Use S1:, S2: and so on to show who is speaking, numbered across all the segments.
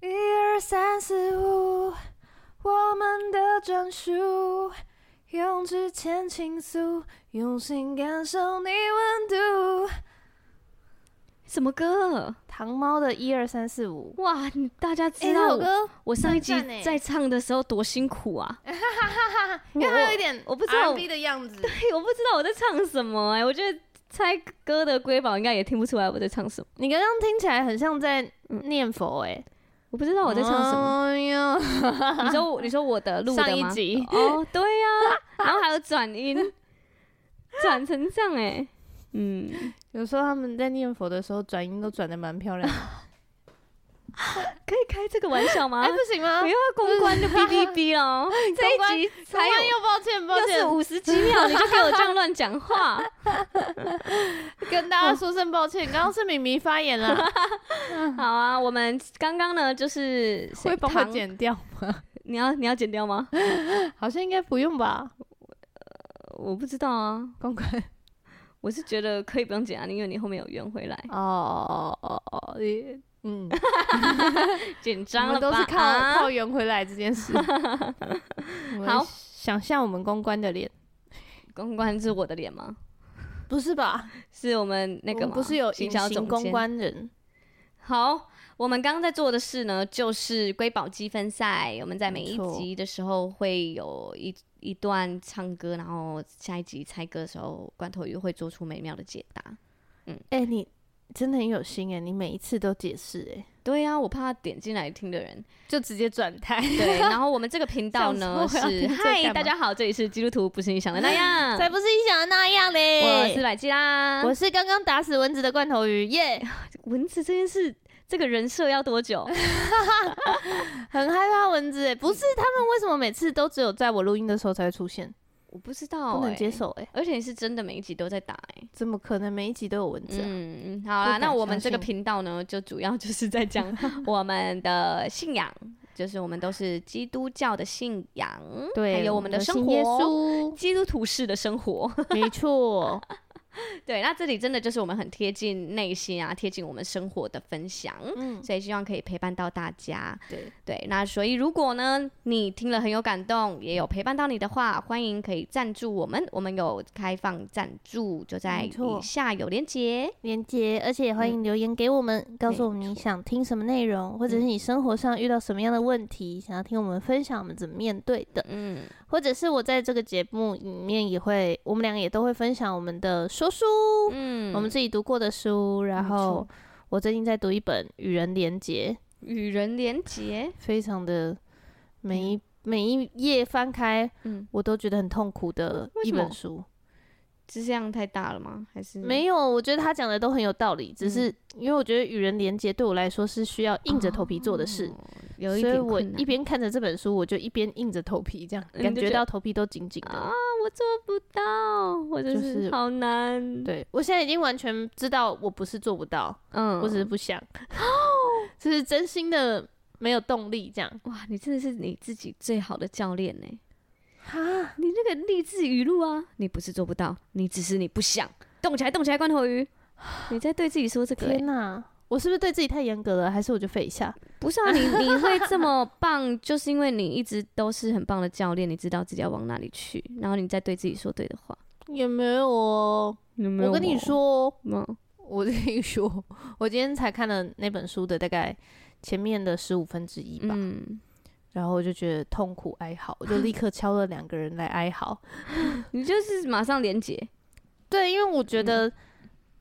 S1: 二三四五，我们的专属，用指尖倾诉，用心感受你温度。
S2: 什么歌？
S1: 糖猫的一二三四五，
S2: 哇，你大家
S1: 哎，
S2: 知
S1: 这
S2: 道
S1: 首歌，
S2: 我,、上一集
S1: 赞赞欸
S2: 在唱的时候多辛苦啊！
S1: 因为
S2: 我
S1: 它有一点
S2: 我不知道
S1: R&B 的样子，
S2: 嘿， 我不知道我在唱什么哎、我觉得猜歌的瑰宝应该也听不出来我在唱什么，
S1: 你刚刚听起来很像在念佛哎，
S2: 我不知道我在唱什么。
S1: 么？
S2: 你说我你说我的录的
S1: 哦上一
S2: 吗？
S1: 集
S2: 哦，对呀、然后还有转音，转成这样哎、嗯，
S1: 有时候他们在念佛的时候转音都转的蛮漂 亮的，
S2: 可以开这个玩笑吗？
S1: 哎，不行吗
S2: 不？要公关就哔哔 哔哦，这一集
S1: 台
S2: 才
S1: 湾
S2: 有
S1: 又抱歉抱
S2: 又
S1: 歉
S2: 是，五十几 秒，你就给我这样乱讲话，
S1: 跟大家说声抱歉，刚刚是米米发言了，
S2: 好啊，我们刚刚呢就是谁
S1: 嗯会帮 我
S2: 唐
S1: 剪掉吗？
S2: 你要你要剪掉吗？
S1: 好像应该不用吧，
S2: 我不知道啊，
S1: 公关。
S2: 我是觉得可以不用剪啊，因为你后面有圆回 来，
S1: 哦哦哦哦，你嗯，
S2: 紧
S1: 我
S2: 张
S1: 们
S2: 了吧？
S1: 都是靠
S2: 啊
S1: 靠圆回来这件事。我
S2: 好
S1: 想象我们公关的脸，
S2: 公关是我的脸吗？
S1: 不是吧？
S2: 是我们那
S1: 我
S2: 个
S1: 们
S2: 吗
S1: 不是有
S2: 行
S1: 隐
S2: 销
S1: 形
S2: 总
S1: 公
S2: 监
S1: 关人？
S2: 好，我们刚刚在做的事呢，就是瑰宝积分赛。我们在每
S1: 没
S2: 一
S1: 错
S2: 集的时候会有一一段唱歌，然后下一集猜歌的时候，罐头鱼会做出美妙的解答。
S1: 哎、你真的很有心哎、你每一次都解释哎、
S2: 对呀、我怕点进来听的 人。
S1: 就直接转台。
S2: 对，然后我们这个频道呢
S1: 想说我要听
S2: 是
S1: 这干
S2: 嗨，
S1: 嘛
S2: 大家好，这里是基督徒不是你想的那 样，
S1: 才不是你想的那样嘞！
S2: 我是百吉啦。
S1: 我是刚刚打死蚊子的罐头鱼耶
S2: 蚊子这件事，这个人设要多久？
S1: 很害怕蚊子哎、不是他们为什么每次都只有在我录音的时候才会出现？
S2: 我不知道、
S1: 不能
S2: 哎
S1: 接。受哎、
S2: 而且你是真的每一集都在打哎、
S1: 怎么可能每一集都有蚊子、啊？
S2: 嗯，好
S1: 不
S2: 啦，
S1: 敢
S2: 那我
S1: 相
S2: 们这个
S1: 信
S2: 频道呢，就主要就是在讲我们的信仰，就是我们都是基督教的信仰，
S1: 对，
S2: 还有我们的生
S1: 信
S2: 活，哦
S1: 耶稣，
S2: 基督徒式的生活。
S1: 没错，
S2: 对，那这里真的就是我们很贴近内心啊，贴近我们生活的分享。
S1: 嗯，
S2: 所以希望可以陪伴到大家。
S1: 对，
S2: 对，那所以如果呢，你听了很有感动，也有陪伴到你的话，欢迎可以赞助我们，我们有开放赞助，就在
S1: 没错
S2: 以下有连结。
S1: 连接，而且也欢迎留言给我们，告诉我们
S2: 嗯没
S1: 你
S2: 错嗯
S1: 想听什么内容，或者是你生活上遇到什么样的问题，想要听我们分享我们怎么面对的，
S2: 嗯，
S1: 或者是我在这个节目里面也会，我们两个也都会分享我们的说书，
S2: 嗯
S1: 哦我们自己读过的书，然
S2: 没
S1: 后
S2: 错
S1: 我最近在读一本《与人连结》，
S2: 与人连结，
S1: 非常的每一、每一页翻开，
S2: 嗯，
S1: 我都觉得很痛苦的
S2: 为
S1: 一
S2: 什
S1: 本
S2: 么
S1: 书。
S2: 是这样太大了吗？还是
S1: 没有，我觉得他讲的都很有道理，
S2: 嗯
S1: 只是因为我觉得与人连接对我来说是需要硬着头皮做的事，
S2: 哦有一
S1: 所
S2: 点
S1: 以我
S2: 困难
S1: 一边看着这本书，我就一边硬着头皮这样，
S2: 嗯
S1: 感
S2: 就
S1: 觉
S2: 觉
S1: 到头皮都紧紧
S2: 啊
S1: 的。，
S2: 我做不到，或者
S1: 就是是
S2: 好难。，
S1: 对我现在已经完全知道，我不是做不到，
S2: 嗯，
S1: 我只是不想， 就是真心的没有动力这样。
S2: 哇，你真的是你自己最好的教练呢。
S1: 哈，
S2: 你那个励志语录啊，你不是做不到，你只是你不想动起来，动起来，罐头鱼，你在对自己说这个欸、
S1: 天哪！我是不是对自己太严格了？还是我就废一下？
S2: 不是啊， 你你会这么棒，就是因为你一直都是很棒的教练，你知道自己要往哪里去，然后你再对自己说对的话。
S1: 也没有哦。
S2: 有没有
S1: 我跟你，说，
S2: 嗯，
S1: 我跟你说，我今天才看了那本书的大概前面的十五分之一吧，
S2: 嗯，
S1: 然后我就觉得痛苦哀嚎，我就立刻敲了两个人来哀嚎。
S2: 你就是马上连接，
S1: 对，因为我觉得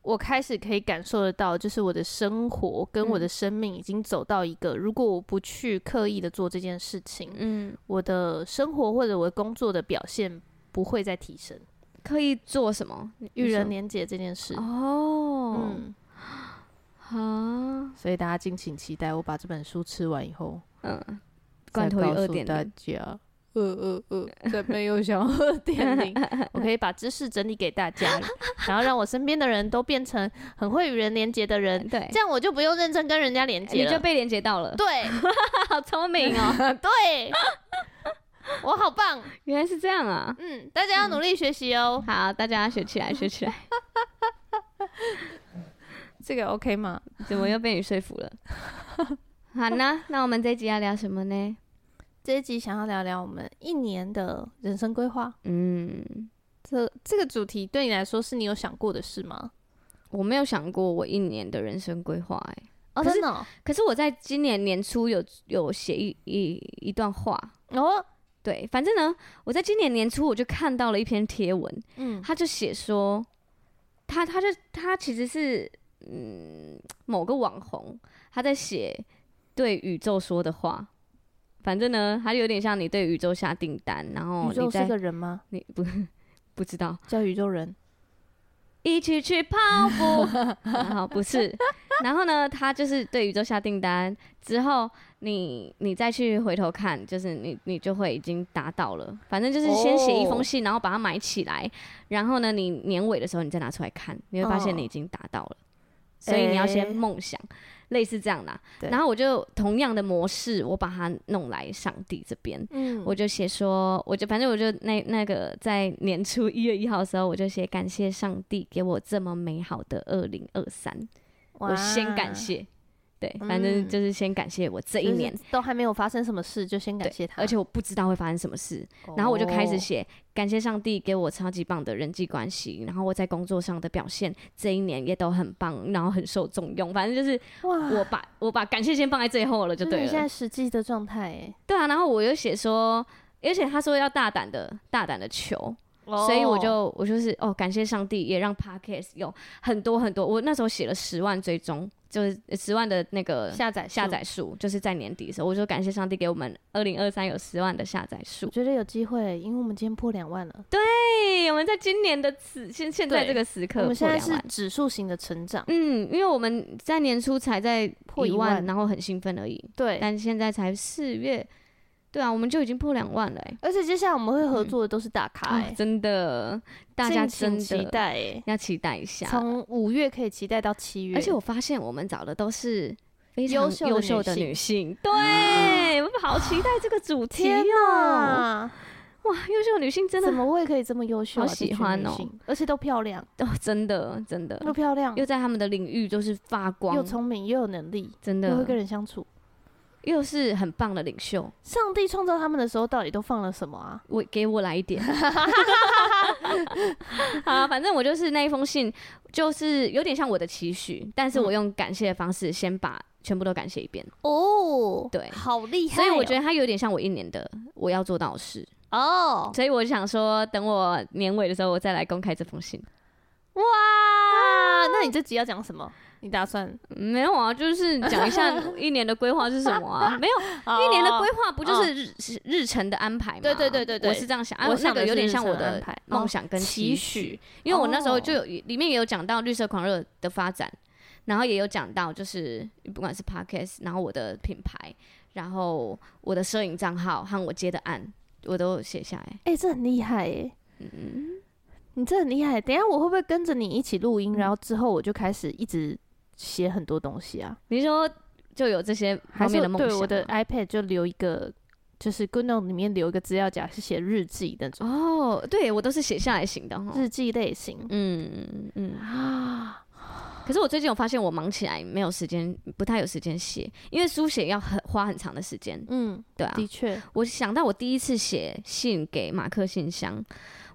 S1: 我开始可以感受得到，就是我的生活跟我的生命已经走到一个，如果我不去刻意的做这件事情，
S2: 嗯，
S1: 我的生活或者我的工作的表现不会再提升。
S2: 可以做什么？
S1: 与人连结这件事，
S2: 嗯哦，
S1: 嗯，
S2: 啊，
S1: 所以大家敬请期待，我把这本书吃完以后。
S2: 嗯，罐头鱼二点
S1: 大
S2: 零，
S1: 家，呃呃呃，再没有想二点 零，我可以把知识整理给大家，然后让我身边的人都变成很会与人连接的人，
S2: 对
S1: 这，样我就不用认真跟人家连接
S2: 你
S1: 了。
S2: 就被连接 到 了，
S1: 对
S2: 好聪明哦，
S1: 对，我好棒，
S2: 原来是这样啊。
S1: 嗯，大家要努力学习哦。
S2: 好，大家学起来，学起来。
S1: 这个 OK 吗？
S2: 怎么又被你说服了？好呢，那我们这一集要聊什么呢？
S1: 这一集想要聊聊我们一年的人生规划。
S2: 嗯，
S1: 这这个主题对你来说是你有想过的事吗？
S2: 我没有想过我一年的人生规划、哎，
S1: 哦，
S2: 可是
S1: 真的哦，
S2: 可是我在今年年初有有写一一一段话，
S1: 哦
S2: 对，反正呢，我在今年年初我就看到了一篇贴文，
S1: 嗯
S2: 他就写说，他他就他其实是嗯某个网红，他在写对宇宙说的话。反正呢，他有点像你对宇宙下订单，然后
S1: 宇
S2: 你
S1: 宙
S2: 在
S1: 是个人吗？
S2: 你不不知道
S1: 叫宇宙人。
S2: 一起去泡 芙，然后不是，然后呢，他就是对宇宙下订单之后，你你再去回头看，就是你你就会已经达到了。反正就是先写一封信，然后把它埋起来，然后呢，你年尾的时候你再拿出来看，你会发现
S1: 哦
S2: 你已经达到了。所以你要
S1: 诶
S2: 先梦想，类似这样啦。
S1: 对
S2: 然后我就同样的模式，我把它弄来上帝这边，
S1: 嗯
S2: 我就写说，我就反正我就那那个在年初一月一号的时候，我就写感谢上帝给我这么美好的二零二三，我先感，谢。对，反正
S1: 嗯
S2: 就是先感谢我这
S1: 哇
S2: 一年，
S1: 就是都还没有发生什么事，就先
S2: 对
S1: 感谢他。
S2: 而且我不知道会发生什么事，然后我就开始
S1: 哦
S2: 写感谢上帝给我超级棒的人际关系，然后我在工作上的表现这一年也都很棒，然后很受重用，反正就是
S1: 哦哇，
S2: 我把我把感谢先放在最后了，就
S1: 啊这是
S2: 对
S1: 你
S2: 了。
S1: 现在实际的状态哎。
S2: 对啊，然后我又写说，而且他说要大胆的大胆的求，所以我就我就是哦，感谢上帝也让 podcast 有很多很多。我那时候写了十万追踪，就是十万的那个
S1: 下载
S2: 下
S1: 数，
S2: 载数，就是在年底的时候，我就感谢上帝给我们二零二三有十万的下载
S1: 我
S2: 数。
S1: 觉得有机会，因为我们今天破两万了，
S2: 对，我们在今年的此现现在
S1: 对
S2: 这个时刻
S1: 我
S2: 破
S1: 们现在
S2: 两
S1: 是
S2: 万。
S1: 指数型的成长，
S2: 嗯，因为我们在年初才在
S1: 破
S2: 一
S1: 一
S2: 万，
S1: 万
S2: 然后很兴奋而已，
S1: 对。
S2: 但现在才四月，对啊，我们就已经破两万了、欸，
S1: 而且接下来我们会合作的都是大咖
S2: 啊
S1: 哎，
S2: 真的，大家
S1: 敬
S2: 真
S1: 请期
S2: 的
S1: 待哎，
S2: 要期待一下，
S1: 从五月可以期待到七月，
S2: 而且我发现我们找的都是非常
S1: 优秀的
S2: 优秀
S1: 女
S2: 的
S1: 性
S2: 女性，啊对，我好期待这个主题
S1: 天
S2: 哦！
S1: 哪，
S2: 哇，优秀的女性真的
S1: 怎么会可以这么优秀啊？
S2: 好喜
S1: 这群
S2: 欢
S1: 女
S2: 哦
S1: 性，而且都漂亮，
S2: 哦，真的真
S1: 又
S2: 的，
S1: 漂亮，
S2: 又在他们的领域就是发
S1: 又
S2: 光，
S1: 聪明，又有能力，
S2: 真
S1: 又会跟
S2: 的
S1: 人相处。
S2: 又是很棒的领袖。
S1: 上帝创造他们的时候，到底都放了什么啊？
S2: 我给我来一 点，好啊，反正我就是那一封信，就是有点像我的期许，但是我用感谢的方式先把全部都感谢一遍，
S1: 哦，
S2: 对
S1: 好厉害
S2: 所以我觉
S1: 得
S2: 得它有点像我一年的我要做到的事。
S1: 哦，
S2: 所以我就想说，等我年尾的时候，我再来公开这封信。
S1: 哇，那你这集要讲什么？你打算
S2: 嗯没有啊，就是讲一下一年的规划是什么啊？ 没有，一年的规划不就是日日日程的安排吗？
S1: 哦对对对对对
S2: 我是这样想。啊
S1: 我
S2: 那
S1: 想的
S2: 个有点像我
S1: 是日程
S2: 的
S1: 安排
S2: 梦想跟
S1: 哦
S2: 期
S1: 期
S2: 许
S1: 许，
S2: 因为我那时候就
S1: 哦
S2: 有里面也有讲到绿色狂热的发展，然后也有讲到就是不管是 podcast，然后我的品牌，然后我的摄影账号和我接的案，我都写下来。嗯
S1: 哎、这很厉害哎、你这很厉害。等一下我会不会跟着你一起录
S2: 嗯
S1: 音，然后之后我就开始一直写很多东西啊？
S2: 你说就有这些
S1: 还
S2: 方
S1: 是
S2: 面的
S1: 我
S2: 梦
S1: 对
S2: 想
S1: 我的
S2: 吗
S1: iPad 就留一个，就是 GoodNote 里面留一个资料夹是写日记那种、
S2: 哦，对我都是写下来型的哈。
S1: 日记类型
S2: 嗯嗯嗯。
S1: 啊。
S2: 可是我最近有发现，我忙起来没有时间，不太有时间写，因为书写要很花很长的时间。
S1: 嗯，
S2: 对啊，
S1: 的确，
S2: 我想到我第一次写信给马克信箱，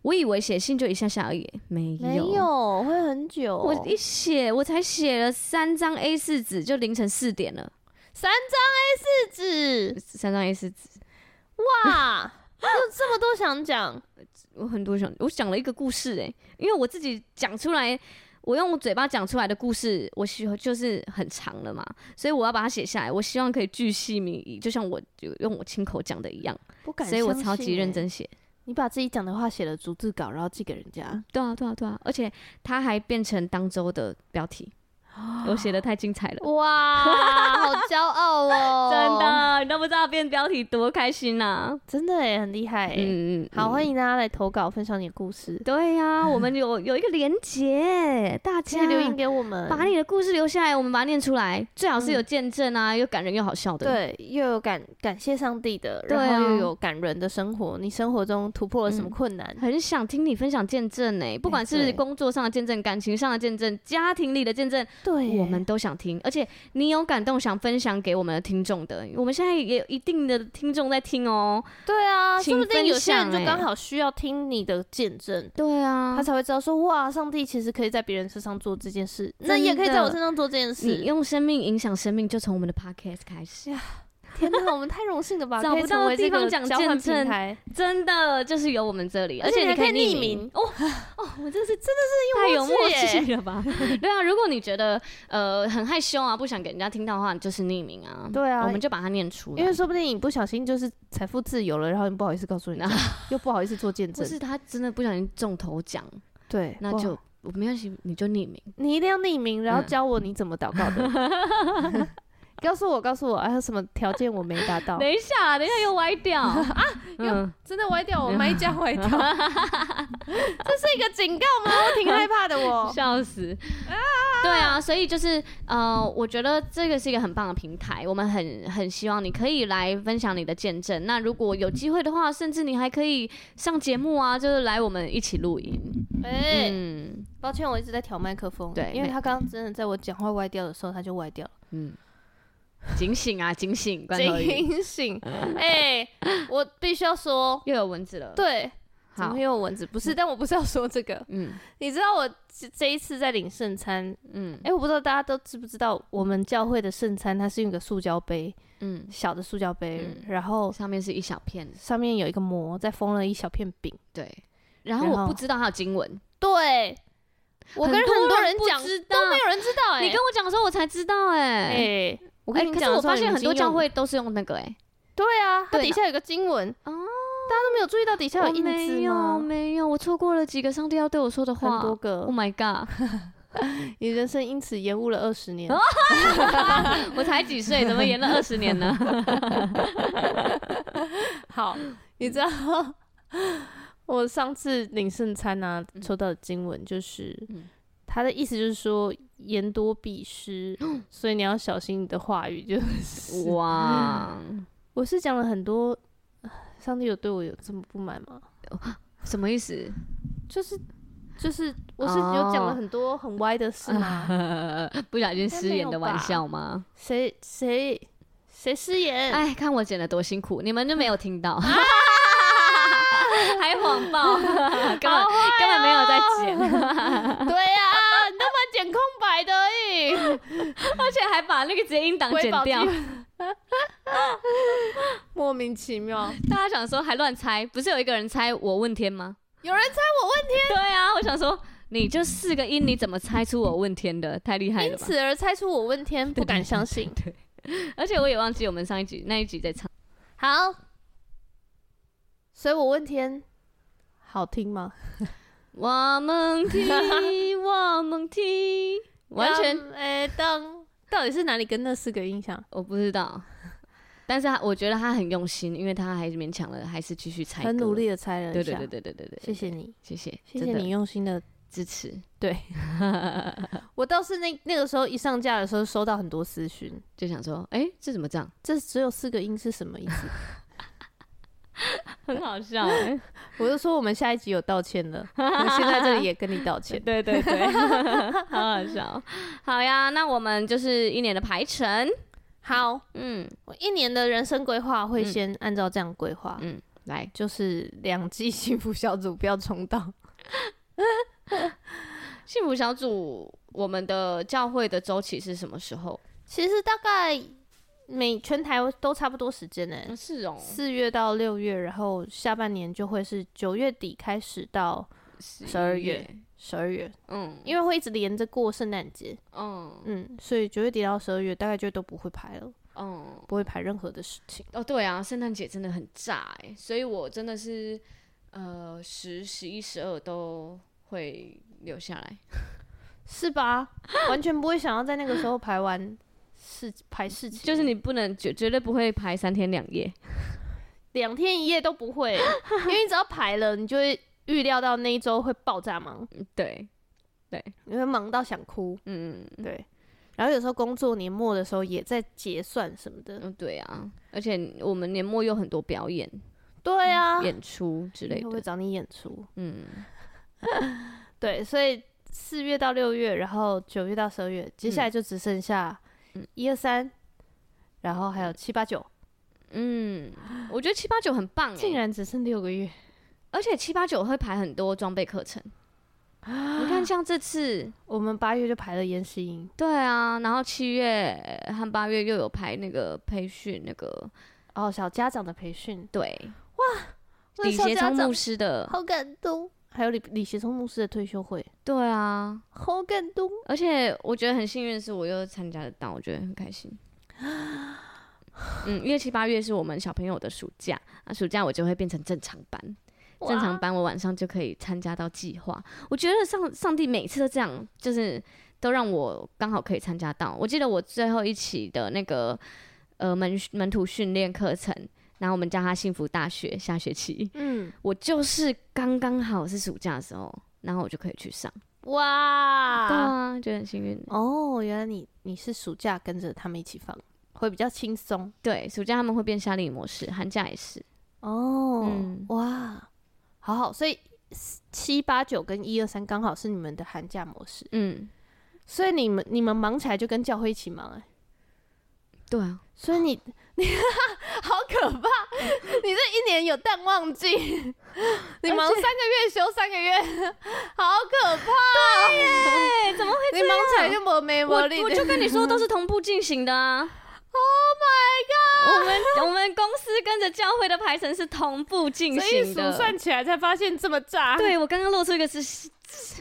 S2: 我以为写信就一下下而已，没有。
S1: 没有会很久。
S2: 我一写，我才写了三张 A 四纸，就凌晨四点了。
S1: 三张 A 四纸，
S2: 三张 A 四纸，
S1: 哇， 有这么多想讲，
S2: 我很多想，我讲了一个故事哎、因为我自己讲出来，我用嘴巴讲出来的故事，我希就是很长了嘛，所以我要把它写下来，我希望可以巨细靡遗，就像我就用我亲口讲的一样，
S1: 不敢、欸
S2: 所以我超级认。真写。
S1: 你把自己讲的话写了逐字稿，然后寄给人家，
S2: 对啊，对啊，对啊，而且它还变成当周的标题，我写的太精彩了，
S1: 哇，好骄傲哦
S2: 真的你都不知道变标题多开心呐、
S1: 真的哎，很厉害哎。
S2: 嗯嗯，
S1: 好，欢
S2: 迎。
S1: 迎大家来投稿，分享你的故事，
S2: 对呀、我们有有一个连结，大
S1: 记
S2: 家
S1: 得留言给我们。
S2: 把你的故事留下来，我们把它念出来，最好是有
S1: 嗯
S2: 见证啊，又感人又好笑的。
S1: 对，又有感感谢上帝的，
S2: 对
S1: 然后又
S2: 啊
S1: 有感人的生活。你生活中突破了什么
S2: 嗯
S1: 困难？
S2: 很想听你分享见证呢、不管是
S1: 对
S2: 工作上的见证、感情上的见证、家庭里的见证，
S1: 对耶，
S2: 我们都想听。而且你有感动想分享给我们的听众的，我们现在也有一定的听众在听哦、
S1: 对啊，说
S2: 请
S1: 不定有些人就
S2: 分享耶
S1: 刚好需要听你的见证，
S2: 对啊
S1: 他才会知道说哇，上帝其实可以在别人身上做这件事，那
S2: 真
S1: 也可以在
S2: 的
S1: 我身上做这件
S2: 你
S1: 事。
S2: 用生命影响生命，就从我们的 podcast 开始。
S1: 天哪，我们太荣幸了吧！
S2: 找
S1: 可以
S2: 不
S1: 成
S2: 到
S1: 为
S2: 地
S1: 这个
S2: 方讲
S1: 交换
S2: 见
S1: 平
S2: 证
S1: 台
S2: 真的就是由我们这里，
S1: 而
S2: 而
S1: 且
S2: 且
S1: 你
S2: 你
S1: 可
S2: 可
S1: 以
S2: 以
S1: 匿
S2: 匿
S1: 名
S2: 哦哦，我真的是
S1: 太
S2: 太
S1: 有
S2: 有
S1: 默
S2: 默
S1: 契
S2: 契了吧？ 对啊，如果你觉得呃很害羞啊，不想给人家听到的话，你就是匿名啊。
S1: 对啊
S2: 我们就把它念出来。
S1: 因为说不定你不小心就是财富自由了，然后你不好意思告诉 人家，又不好意思做见
S2: 或
S1: 证，
S2: 是他真的不小心中头奖，
S1: 对，
S2: 那
S1: 不好
S2: 就我没关系，你就匿名。
S1: 你一定要匿名，然后
S2: 嗯
S1: 教我你怎么祷告的。 告诉我，告诉我，啊还有什么条件我没达 到？
S2: 等一下，等一下又歪 掉啊！嗯，
S1: 真的歪掉，我麦架歪 掉，这是一个警告吗？我挺害怕的， 我。
S2: 笑死。对啊，所以就是呃，我觉得这个是一个很棒的平台，我们很很希望你可以来分享你的见证。那如果有机会的话，甚至你还可以上节目啊，就是来我们一起录音。
S1: 哎、
S2: 嗯
S1: 抱歉，我一直在调麦克风，
S2: 对
S1: 因为
S2: 没
S1: 他刚刚真的在我讲话歪掉的时候，他就歪掉了。
S2: 嗯，警醒啊，警醒，关头鱼
S1: 警醒，哎、我必须要说，
S2: 又有蚊子了。
S1: 对，怎么
S2: 好
S1: 会，有蚊子？不是，但我不是要说这个。
S2: 嗯
S1: 你知道我这这一次在领圣餐，
S2: 嗯
S1: 哎、我不知道大家都知不知道，我们教会的圣餐它是用一个塑胶杯，
S2: 嗯，
S1: 小的塑胶杯，
S2: 嗯
S1: 然后
S2: 上面是一小片，
S1: 上面有一个膜，再封了一小片饼。
S2: 对。然后
S1: 然
S2: 我
S1: 后
S2: 不知道它有经文，
S1: 对，我跟
S2: 很多
S1: 多
S2: 人
S1: 人
S2: 不
S1: 讲
S2: 知
S1: 都没
S2: 道
S1: 有人知道、哎，
S2: 你跟我讲的时候我才知道哎、
S1: 哎、
S2: 欸。
S1: 我跟
S2: 哎
S1: 你
S2: 可是
S1: 讲的
S2: 我
S1: 时候
S2: 发现
S1: 你们
S2: 很
S1: 已
S2: 多
S1: 经
S2: 教
S1: 用
S2: 会都是用那个哎、
S1: 对啊，它
S2: 对
S1: 底
S2: 那
S1: 下有个经文，大
S2: 哦
S1: 家都没有注意到底下
S2: 我
S1: 有印字
S2: 哦没有
S1: 吗？
S2: 没有，我错过了几个上帝要对我说的
S1: 很
S2: 话。
S1: 多个
S2: Oh，my god！
S1: 你人生因此延误了二十年。
S2: 哦我才几岁，怎么延了二十年呢？
S1: 好，你知道我上次领圣餐呢、啊，抽到的经文就是，
S2: 嗯
S1: 他的意思就是说言多必失，所以你要小心你的话语。就是
S2: 哇，
S1: 我是讲了很多，上帝有对我有这么不满吗？
S2: 什么意思？
S1: 就是就是，我是有讲了很多很歪的事吗？
S2: 不小心失言的玩笑吗？
S1: 谁谁谁失言？
S2: 哎，看我剪的多辛苦，你们就没有听到， 还谎报， 根本根本没有在剪，
S1: 对呀、你干嘛剪空白的而已？
S2: 而且还把那个直接音档
S1: 瑰
S2: 剪
S1: 宝
S2: 掉
S1: 基。 莫名其妙，
S2: 大家想说还乱猜，不是有一个人猜我问天吗？
S1: 有人猜我问题，
S2: 对啊，我想说你就四个音，你怎么猜出我问天的？太厉害
S1: 因
S2: 了吧！
S1: 此而猜出我问天，不敢相信。
S2: 而且我也忘记我们上一集那一集在唱，
S1: 好，所以我问天，好听吗？
S2: 我们 听，我们听，完全
S1: 让哎，当到底是哪里跟那四个音响？
S2: 我不知道。但是他我觉得他很用心，因为他还是勉强了，还是继续猜，
S1: 很努。力的猜了一下，
S2: 对对对对对对对，
S1: 谢谢你，
S2: 谢谢
S1: 谢谢你用心的。
S2: 支持，
S1: 我倒是那那个时候一上架的时候，收到很多私讯，
S2: 就想说，哎、这怎么这样？
S1: 这只有四个音是什么意 思？
S2: 很好笑、欸，
S1: 我就说我们下一集有道歉了，我现在这里也跟你道歉。
S2: 对对对， 好好笑。好呀，那我们就是一年的排程，
S1: 好，
S2: 嗯
S1: 我一年的人生规划会
S2: 嗯
S1: 先按照这样规划，
S2: 嗯，来，
S1: 就是两季幸福小组不要重蹈。
S2: 幸福小组，我们的教会的周期是什么时候？
S1: 其实大概每全台都差不多时间呢、
S2: 嗯是哦，
S1: 四月到六月，然后下半年就会是九月底开始到
S2: 十
S1: 十二月，十二月，
S2: 嗯，
S1: 因为会一直连着过圣诞节，
S2: 嗯
S1: 嗯，所以九月底到十二月大概就都不会排了，
S2: 嗯。
S1: 不会排任何的事情。
S2: 哦，对啊，圣诞节真的很炸哎、所以我真的是呃十、十一、十二都会留下来。
S1: 是吧？完全不会想要在那个时候排完事排事情，
S2: 就是你不能绝绝对不会排三天两夜，
S1: 两天一夜都不 会，因为你只要排了，你就会预料到那一周会爆炸忙，
S2: 嗯对，
S1: 你会忙到想哭。
S2: 嗯
S1: 对，然后有时候工作年末的时候也在结算什么的。
S2: 嗯，对啊，而且我们年末又很多表演、
S1: 对啊，
S2: 演出之类
S1: 以后会
S2: 的，
S1: 找你演出。
S2: 嗯，
S1: 对，所以四月到六月，然后九月到十二月，接下来就只剩下一二三，然后还有七八九，
S2: 嗯，我觉得七八九很棒
S1: 竟
S2: 哎、
S1: 然只剩六个月。
S2: 而且七八九会排很多装备课程。你看，像这次，
S1: 我们八月就排了研习营
S2: 对啊，然后七月和八月又有排那个培训，那个
S1: 哦，小家长的培训，
S2: 对
S1: 那
S2: 李
S1: 小
S2: 协
S1: 家
S2: 聪
S1: 长
S2: 牧师的，
S1: 好感动，还有李李协聪牧师的退休会，
S2: 对啊，
S1: 好感动。
S2: 而且我觉得很幸运的是，我又参加得到，我觉得很 开心。嗯，因为七八月是我们小朋友的暑假，那暑假我就会变成正常班，正常班我晚上就可以参加到计划。我觉得上上帝每次都这样，就是都让我刚好可以参加到。我记得我最后一期的那个呃门门徒训练课程，然后我们叫它幸福大学下学期，
S1: 嗯，
S2: 我就是刚刚好是暑假的时候，然后我就可以去上。对
S1: 哇，
S2: 啊，觉得很幸运。
S1: 哦，原来你你是暑假跟着他们一起放，会比较轻松
S2: 对，暑假他们会变夏令营模式，寒假也是。
S1: 哦。
S2: 嗯
S1: 哇，好好，所以七八九跟一二三刚好是你们的寒假模式，
S2: 嗯，
S1: 所以你们你们忙起来就跟教会一起忙哎、
S2: 对啊，
S1: 所以你 你好可 怕，你这一年有淡旺季，你忙三个月休三个月，好可怕，
S2: 哎，怎么会？
S1: 你忙起来就没没
S2: 我
S1: 魔力，
S2: 我就跟你说，都是同步进行 的啊。Oh my god！我们我们公司跟着教会的排程是同步进
S1: 所以
S2: 行
S1: 数
S2: 的。
S1: 算啊起来才发现这么炸，，
S2: 对我刚刚露出一个是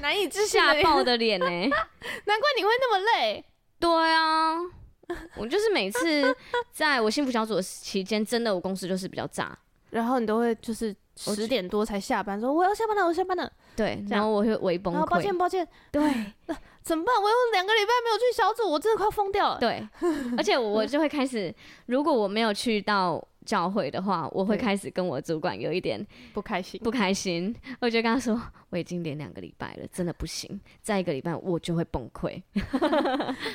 S1: 难以置信的
S2: 吓爆的脸呢、
S1: 难怪你会那么累。
S2: 对啊，我就是每次在我幸福小组的期间，真的我公司就是比较炸。
S1: 然后你都会就是
S2: 我
S1: 十点多才下班，说我要下班了，我下班了。
S2: 对，
S1: 这样
S2: 然后我会微崩
S1: 然后抱歉
S2: 溃。
S1: 抱歉，
S2: 对
S1: 怎么办？我有两个礼拜没有去小组，我真的快要疯掉了。
S2: 对，而且我就会开始，如果我没有去到教会的话，我会
S1: 对
S2: 开始跟我主管有一点
S1: 不开心。
S2: 不开心，我就跟他说，我已经连两个礼拜了，真的不行，再一个礼拜我就会崩溃，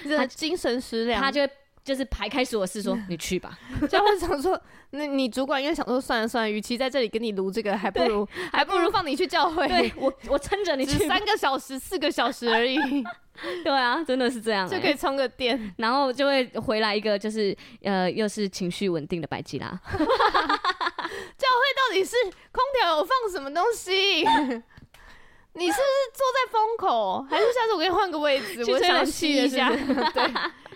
S1: 真的精神食粮。
S2: 他就会就是排开所有 事说，你去吧，
S1: 就会想说，那你主管应该想说，算了算了，与其在这里跟你撸这个，还不如还不如放你去教会，
S2: 对我我撑着你
S1: 只
S2: 去吧，
S1: 哎三个小时、四个小时而 已，
S2: 对啊，真的是这样、
S1: 就可以
S2: 欸，
S1: 充个电。
S2: 然后就会回来一个就是呃又是情绪稳定的白吉拉，
S1: 到底是空调有放什么东西？ 你是不是坐在风口？还是下次我给你换个位置，
S2: 去
S1: 我
S2: 吹
S1: 想
S2: 冷
S1: 气
S2: 气
S1: 一下。
S2: 是
S1: 对，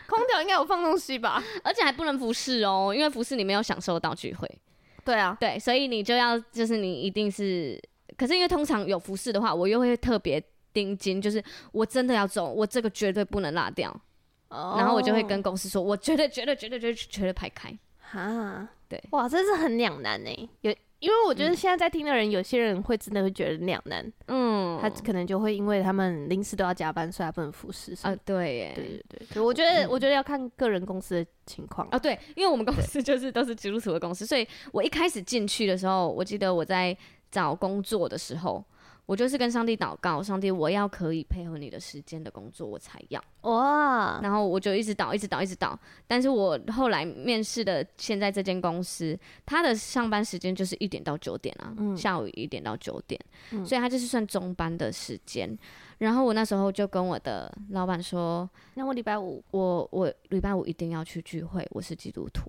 S1: 空调应该有放东西吧？
S2: 而且还不能服侍哦，因为服侍你没有享受到聚会，
S1: 对啊，
S2: 对，所以你就要就是你一定是，可是因为通常有服饰的话，我又会特别盯紧，就是我真的要走，我这个绝对不能落掉。然后我
S1: 哦
S2: 就会跟公司说，我绝对绝对绝对绝对绝对排开。
S1: 啊，
S2: 对
S1: 哇，真是很两难呢。有，因为我觉得现在在听的人，有些人会真的会觉得两难，
S2: 嗯，
S1: 他可能就会因为他们临时都要加班，所以他不能服侍。
S2: 啊
S1: 啊，，
S2: 对耶，
S1: 对对对，嗯所以我觉得、我觉得要看个人公司的情况
S2: 啊，对，因为我们公司就是都是基督徒的公司，所以我一开始进去的时候，我记得我在找工作的时候，我就是跟上帝祷告，上帝，我要可以配合你的时间的工作，我才要。
S1: 哇，
S2: 然后我就一直倒，一直倒，一直倒。但是我后来面试的现在这间公司，它的上班时间就是一点到九点啊，
S1: 嗯
S2: 下午一点到九点，所以它就是算中班的时间。然后我那时候就跟我的老板说，
S1: 那我礼拜五
S2: 我我礼拜五一定要去聚会，我是基督徒。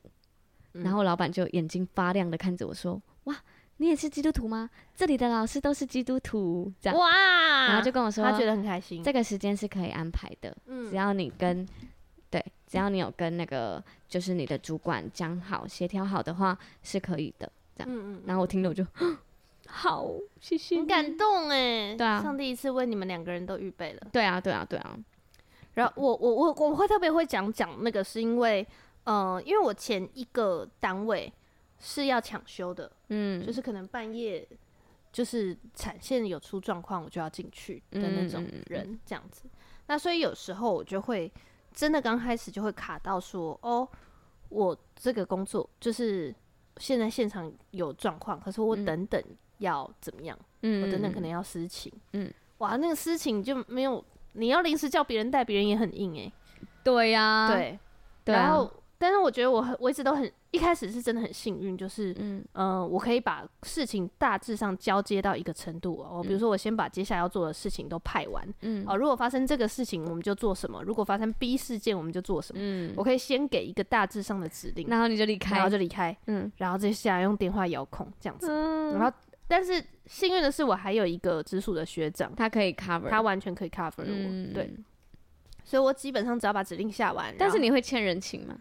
S1: 嗯
S2: 然后老板就眼睛发亮的看着我说：“哇，你也是基督徒吗？这里的老师都是基督徒。”这样，
S1: 哇，
S2: 然后就跟我说，
S1: 他觉得很开心，
S2: 这个时间是可以安排的，
S1: 嗯
S2: 只要你跟对，只要你有跟那个就是你的主管讲好、协调好的话，是可以的。这样，
S1: 嗯嗯
S2: 然后我听了我就 好，谢谢
S1: 很
S2: 你
S1: 感动哎，
S2: 对啊
S1: 上帝一次为你们两个人都预备了。
S2: 对啊，对啊，对啊，
S1: 然后我我我我会特别会讲讲那个，是因为呃，因为我前一个单位是要抢修的，
S2: 嗯，
S1: 就是可能半夜就是产线有出状况，我就要进去的那种
S2: 嗯嗯嗯嗯
S1: 人，这样子。那所以有时候我就会真的刚开始就会卡到说，哦，我这个工作就是现在现场有状况，可是我
S2: 嗯
S1: 等等要怎么样？
S2: 嗯
S1: 我等等可能要私情，嗯，哇，那个私情就没有，你要临时叫别人带，别人也很硬哎、
S2: 对呀、
S1: 对，
S2: 对啊
S1: 然后但是我觉得我很我一直都很一开始是真的很幸运，就是
S2: 嗯
S1: 嗯、呃我可以把事情大致上交接到一个程度哦，比如说我先把接下来要做的事情都派完
S2: 嗯
S1: 哦，如果发生这个事情我们就做什么，如果发生 B 事件我们就做什么，
S2: 嗯，
S1: 我可以先给一个大致上的指令，
S2: 然后你就离
S1: 然
S2: 开
S1: 后，就离开，
S2: 嗯
S1: 然后接下来用电话遥控这样子，
S2: 嗯
S1: 然后但是幸运的是我还有一个直属的学长。
S2: 他可以 cover，
S1: 他完全可以 cover 我，
S2: 嗯
S1: 对，，所以我基本上只要把指令下完，
S2: 但是
S1: 然后
S2: 你会欠人情吗？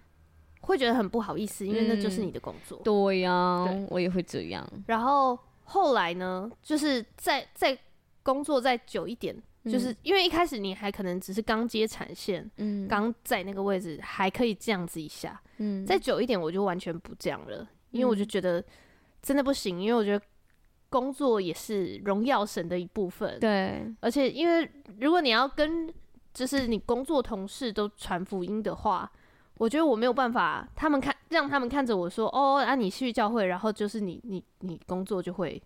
S1: 会觉得很不好意思，因为那就是
S2: 嗯
S1: 你的工作。
S2: 对呀、
S1: 对呃
S2: 我也会这样，
S1: 然后后来呢，就是再再工作再久一点，就是因为一开始你还可能只是刚接产线，
S2: 嗯
S1: 刚在那个位置还可以这样子一下，
S2: 嗯
S1: 再久一点我就完全不这样了，因为我就觉得真的不行，因为我觉得工作也是荣耀神的一部分，
S2: 对，
S1: 而且因为如果你要跟就是你工作同事都传福音的话，我觉得我没有办法，他们看让他们看着我说，哦，啊，你去教会，然后就是你你你工作就会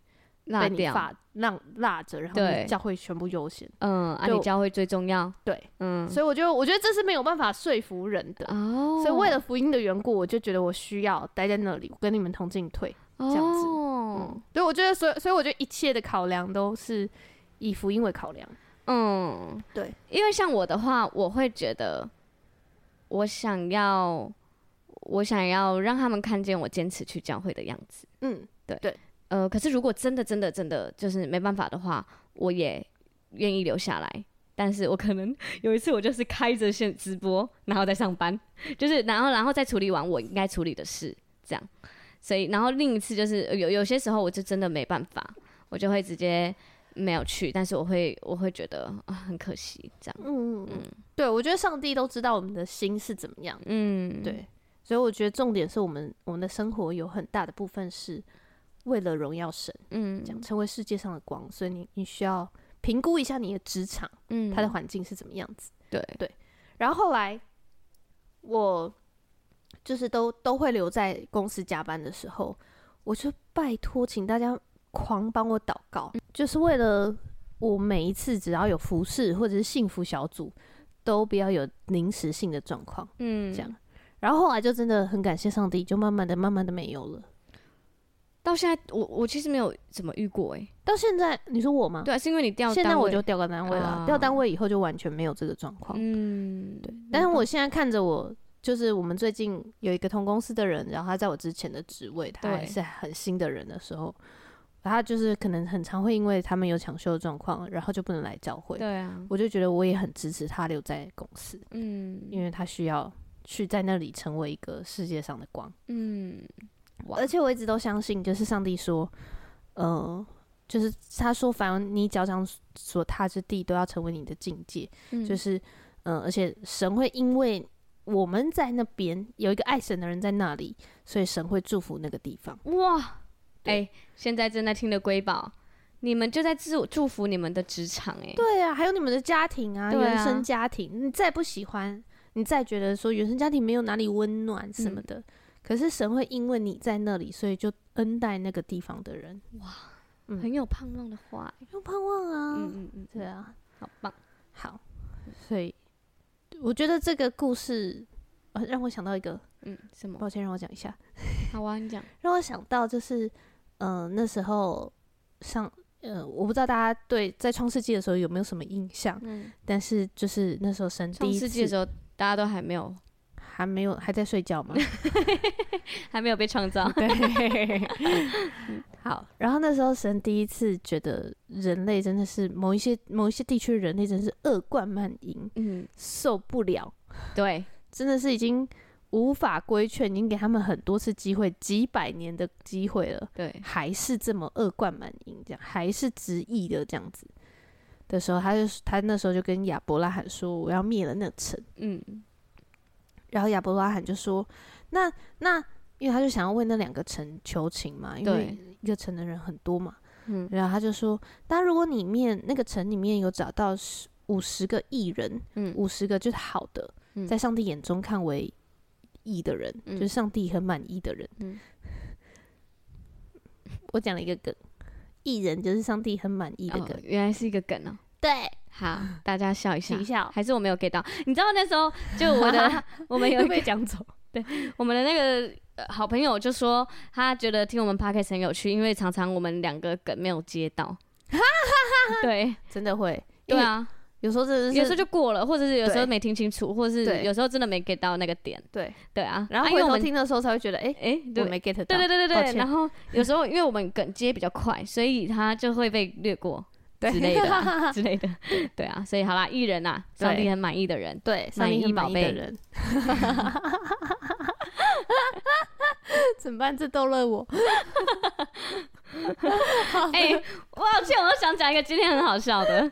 S2: 落
S1: 被你
S2: 掉，
S1: 发让落着，然后
S2: 对
S1: 你教会全部优先，
S2: 嗯，啊，
S1: 就
S2: 你教会最重要，
S1: 对，
S2: 嗯，
S1: 所以我觉得我觉得这是没有办法说服人的。
S2: 哦，
S1: 所以为了福音的缘故，我就觉得我需要待在那里，我跟你们同进退。这样子嗯
S2: 哦，
S1: 对，我觉得所以所以我觉得一切的考量都是以福音为考量。
S2: 嗯，
S1: 对，
S2: 因为像我的话，我会觉得我想要，我想要让他们看见我坚持去教会的样子。
S1: 嗯，
S2: 呃，可是如果真的真的真的就是没办法的话，我也愿意留下来。但是我可能有一次我就是开着线直播，然后再上班，就是然后然后再处理完我应该处理的事，这样。所以然后另一次就是呃有有些时候我就真的没办法，我就会直接没有去，但是我会我会觉得啊很可惜这样。
S1: 嗯，对，我觉得上帝都知道我们的心是怎么样。
S2: 嗯，
S1: 对，所以我觉得重点是我们我们的生活有很大的部分是为了荣耀神，
S2: 嗯，
S1: 讲成为世界上的光，所以你你需要评估一下你的职场，
S2: 嗯，
S1: 它的环境是怎么样子。
S2: 对
S1: 然后后来我就是都都会留在公司加班的时候，我就拜托请大家狂帮我祷告，就是为了我每一次只要有服饰或者是幸福小组，都不要有临时性的状况。
S2: 嗯
S1: 这样然后后来就真的很感谢上帝，就慢慢的、慢慢的没有了。
S2: 到现在我我其实没有怎么遇过哎、欸
S1: 到现在，你说我吗？
S2: 对啊，是因为你调
S1: 现在
S2: 单
S1: 我
S2: 位
S1: 就调个单位了，
S2: 啊
S1: 调单位以后就完全没有这个状况。
S2: 嗯对，
S1: 但是我现在看着我，就是我们最近有一个同公司的人，然后他在我之前的职位，他
S2: 对
S1: 还是很新的人的时候，他就是可能很常会因为他们有抢修的状况，然后就不能来教会。
S2: 对啊，
S1: 我就觉得我也很支持他留在公司，
S2: 嗯
S1: 因为他需要去在那里成为一个世界上的光。
S2: 嗯，哇
S1: 而且我一直都相信，就是上帝说，呃，就是他说，凡你脚掌所踏之地，都要成为你的境界。就
S2: 嗯
S1: 是，嗯、而且神会因为我们在那边有一个爱神的人在那里，所以神会祝福那个地方。
S2: 哇，哎、现在正在听的瑰宝，你们就在祝祝福你们的职场哎、
S1: 对啊，还有你们的家庭啊，
S2: 对啊
S1: 原生家庭，你再不喜欢，你再觉得说原生家庭没有哪里温暖什么的，可是神会因为你在那里，所以就恩待那个地方的人，嗯
S2: 很有胖弄的话欸、
S1: 不用盼望啊。
S2: 嗯嗯嗯，
S1: 对啊，
S2: 好棒，
S1: 好，所以我觉得这个故事、呃让我想到一个，
S2: 嗯，什么？
S1: 抱歉，让我讲一下，
S2: 好啊，你讲，
S1: 让我想到就是，呃，那时候上，呃，我不知道大家对在创世纪的时候有没有什么印象，
S2: 嗯，
S1: 但是就是那时候神第
S2: 创
S1: 一
S2: 世纪的时
S1: 次
S2: 候，大家都还没有
S1: 还没有还在睡觉 嘛，
S2: 还没有被创造，
S1: 对，好，然后那时候神第一次觉得人类真的是某一些某一些地区人类真是恶贯满盈，
S2: 嗯，
S1: 受不了，
S2: 对，
S1: 真的是已经无法规劝，已经给他们很多次机会，几百年的机会了，
S2: 对，
S1: 还是这么恶贯满盈，这样还是执意的这样子的时候，他就他那时候就跟亚伯拉罕说：“我要灭了那城。
S2: 嗯，”
S1: 然后亚伯拉罕就说：“那那，因为他就想要为那两个城求情嘛，因为
S2: 对
S1: 一个城的人很多嘛。”
S2: 嗯
S1: 然后他就说：“但如果里面那个城里面有找到五十个艺人，
S2: 嗯
S1: 五十个就是好的，
S2: 嗯
S1: 在上帝眼中看为义的人，
S2: 嗯
S1: 就是上帝很满意的人。
S2: 嗯
S1: 我讲了一个梗，义人就是上帝很满意的
S2: 哦
S1: 梗，，
S2: 原来是一个梗哦。
S1: 对，
S2: 好，大家笑一笑
S1: 取，笑
S2: 还是我没有 get 到。你知道那时候就我的我们有一
S1: 又
S2: 个
S1: 被讲走。
S2: 我们的那个呃好朋友就说，他觉得听我们 podcast 很有趣，因为常常我们两个梗没有接到。对
S1: 真的会，
S2: 对，啊，
S1: 有时候真的是
S2: 有时候就过了，或者是有时候
S1: 对
S2: 没听清楚，或者是
S1: 对
S2: 有时候真的没 get 到那个点。
S1: 对，
S2: 对啊，
S1: 然后
S2: 啊因为
S1: 回
S2: 我
S1: 头
S2: 们
S1: 听的时候才会觉得，哎，
S2: 哎，
S1: 我
S2: 对
S1: 没 get 到，
S2: 对对对对
S1: 抱
S2: 对，
S1: 歉
S2: 然后有时候因为我们梗接比较快，所以他就会被略 过
S1: 对
S2: 之类的啊之类的。对啊，所以好啦，艺人啊，
S1: 对
S2: 上帝很满意的 人。
S1: 对，上帝
S2: 满意
S1: 很满
S2: 宝
S1: 意
S2: 贝
S1: 的人。 怎么办？这逗乐我。
S2: 哎、我好气，我想讲一个今天很好笑的。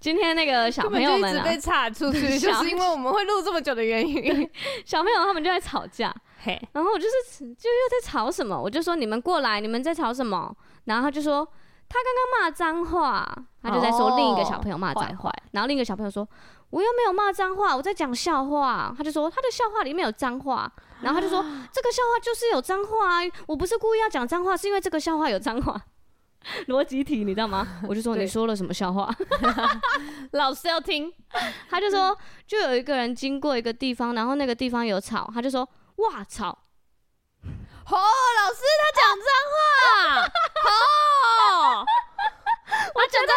S2: 今天那个小
S1: 根
S2: 朋
S1: 本就
S2: 友
S1: 一
S2: 们
S1: 直
S2: 啊，
S1: 被岔出去，就
S2: 小
S1: 是因为我们会录这么久的原 因。
S2: 小朋友他们就在吵架，
S1: 嘿，
S2: 然后我就是就又在吵什么，我就说你们过来，你们在吵什么？然后他就说他刚刚骂脏话，他就在说
S1: 哦
S2: 另一个小朋友骂脏话，
S1: 坏
S2: 然后另一个小朋友说我又没有骂脏话，我在讲笑话，他就说他的笑话里面有脏话。然后他就说：“
S1: 啊
S2: 这个笑话就是有脏话啊，我不是故意要讲脏话，是因为这个笑话有脏话， 逻辑题，你知道吗？”我就说：“
S1: 对
S2: 你说了什么笑话？”
S1: 老师要听，
S2: 他就
S1: 嗯
S2: 说，就有一个人经过一个地方，然后那个地方有草，他就说，哇草，
S1: 哦，老师他讲脏话，哦，
S2: 我觉得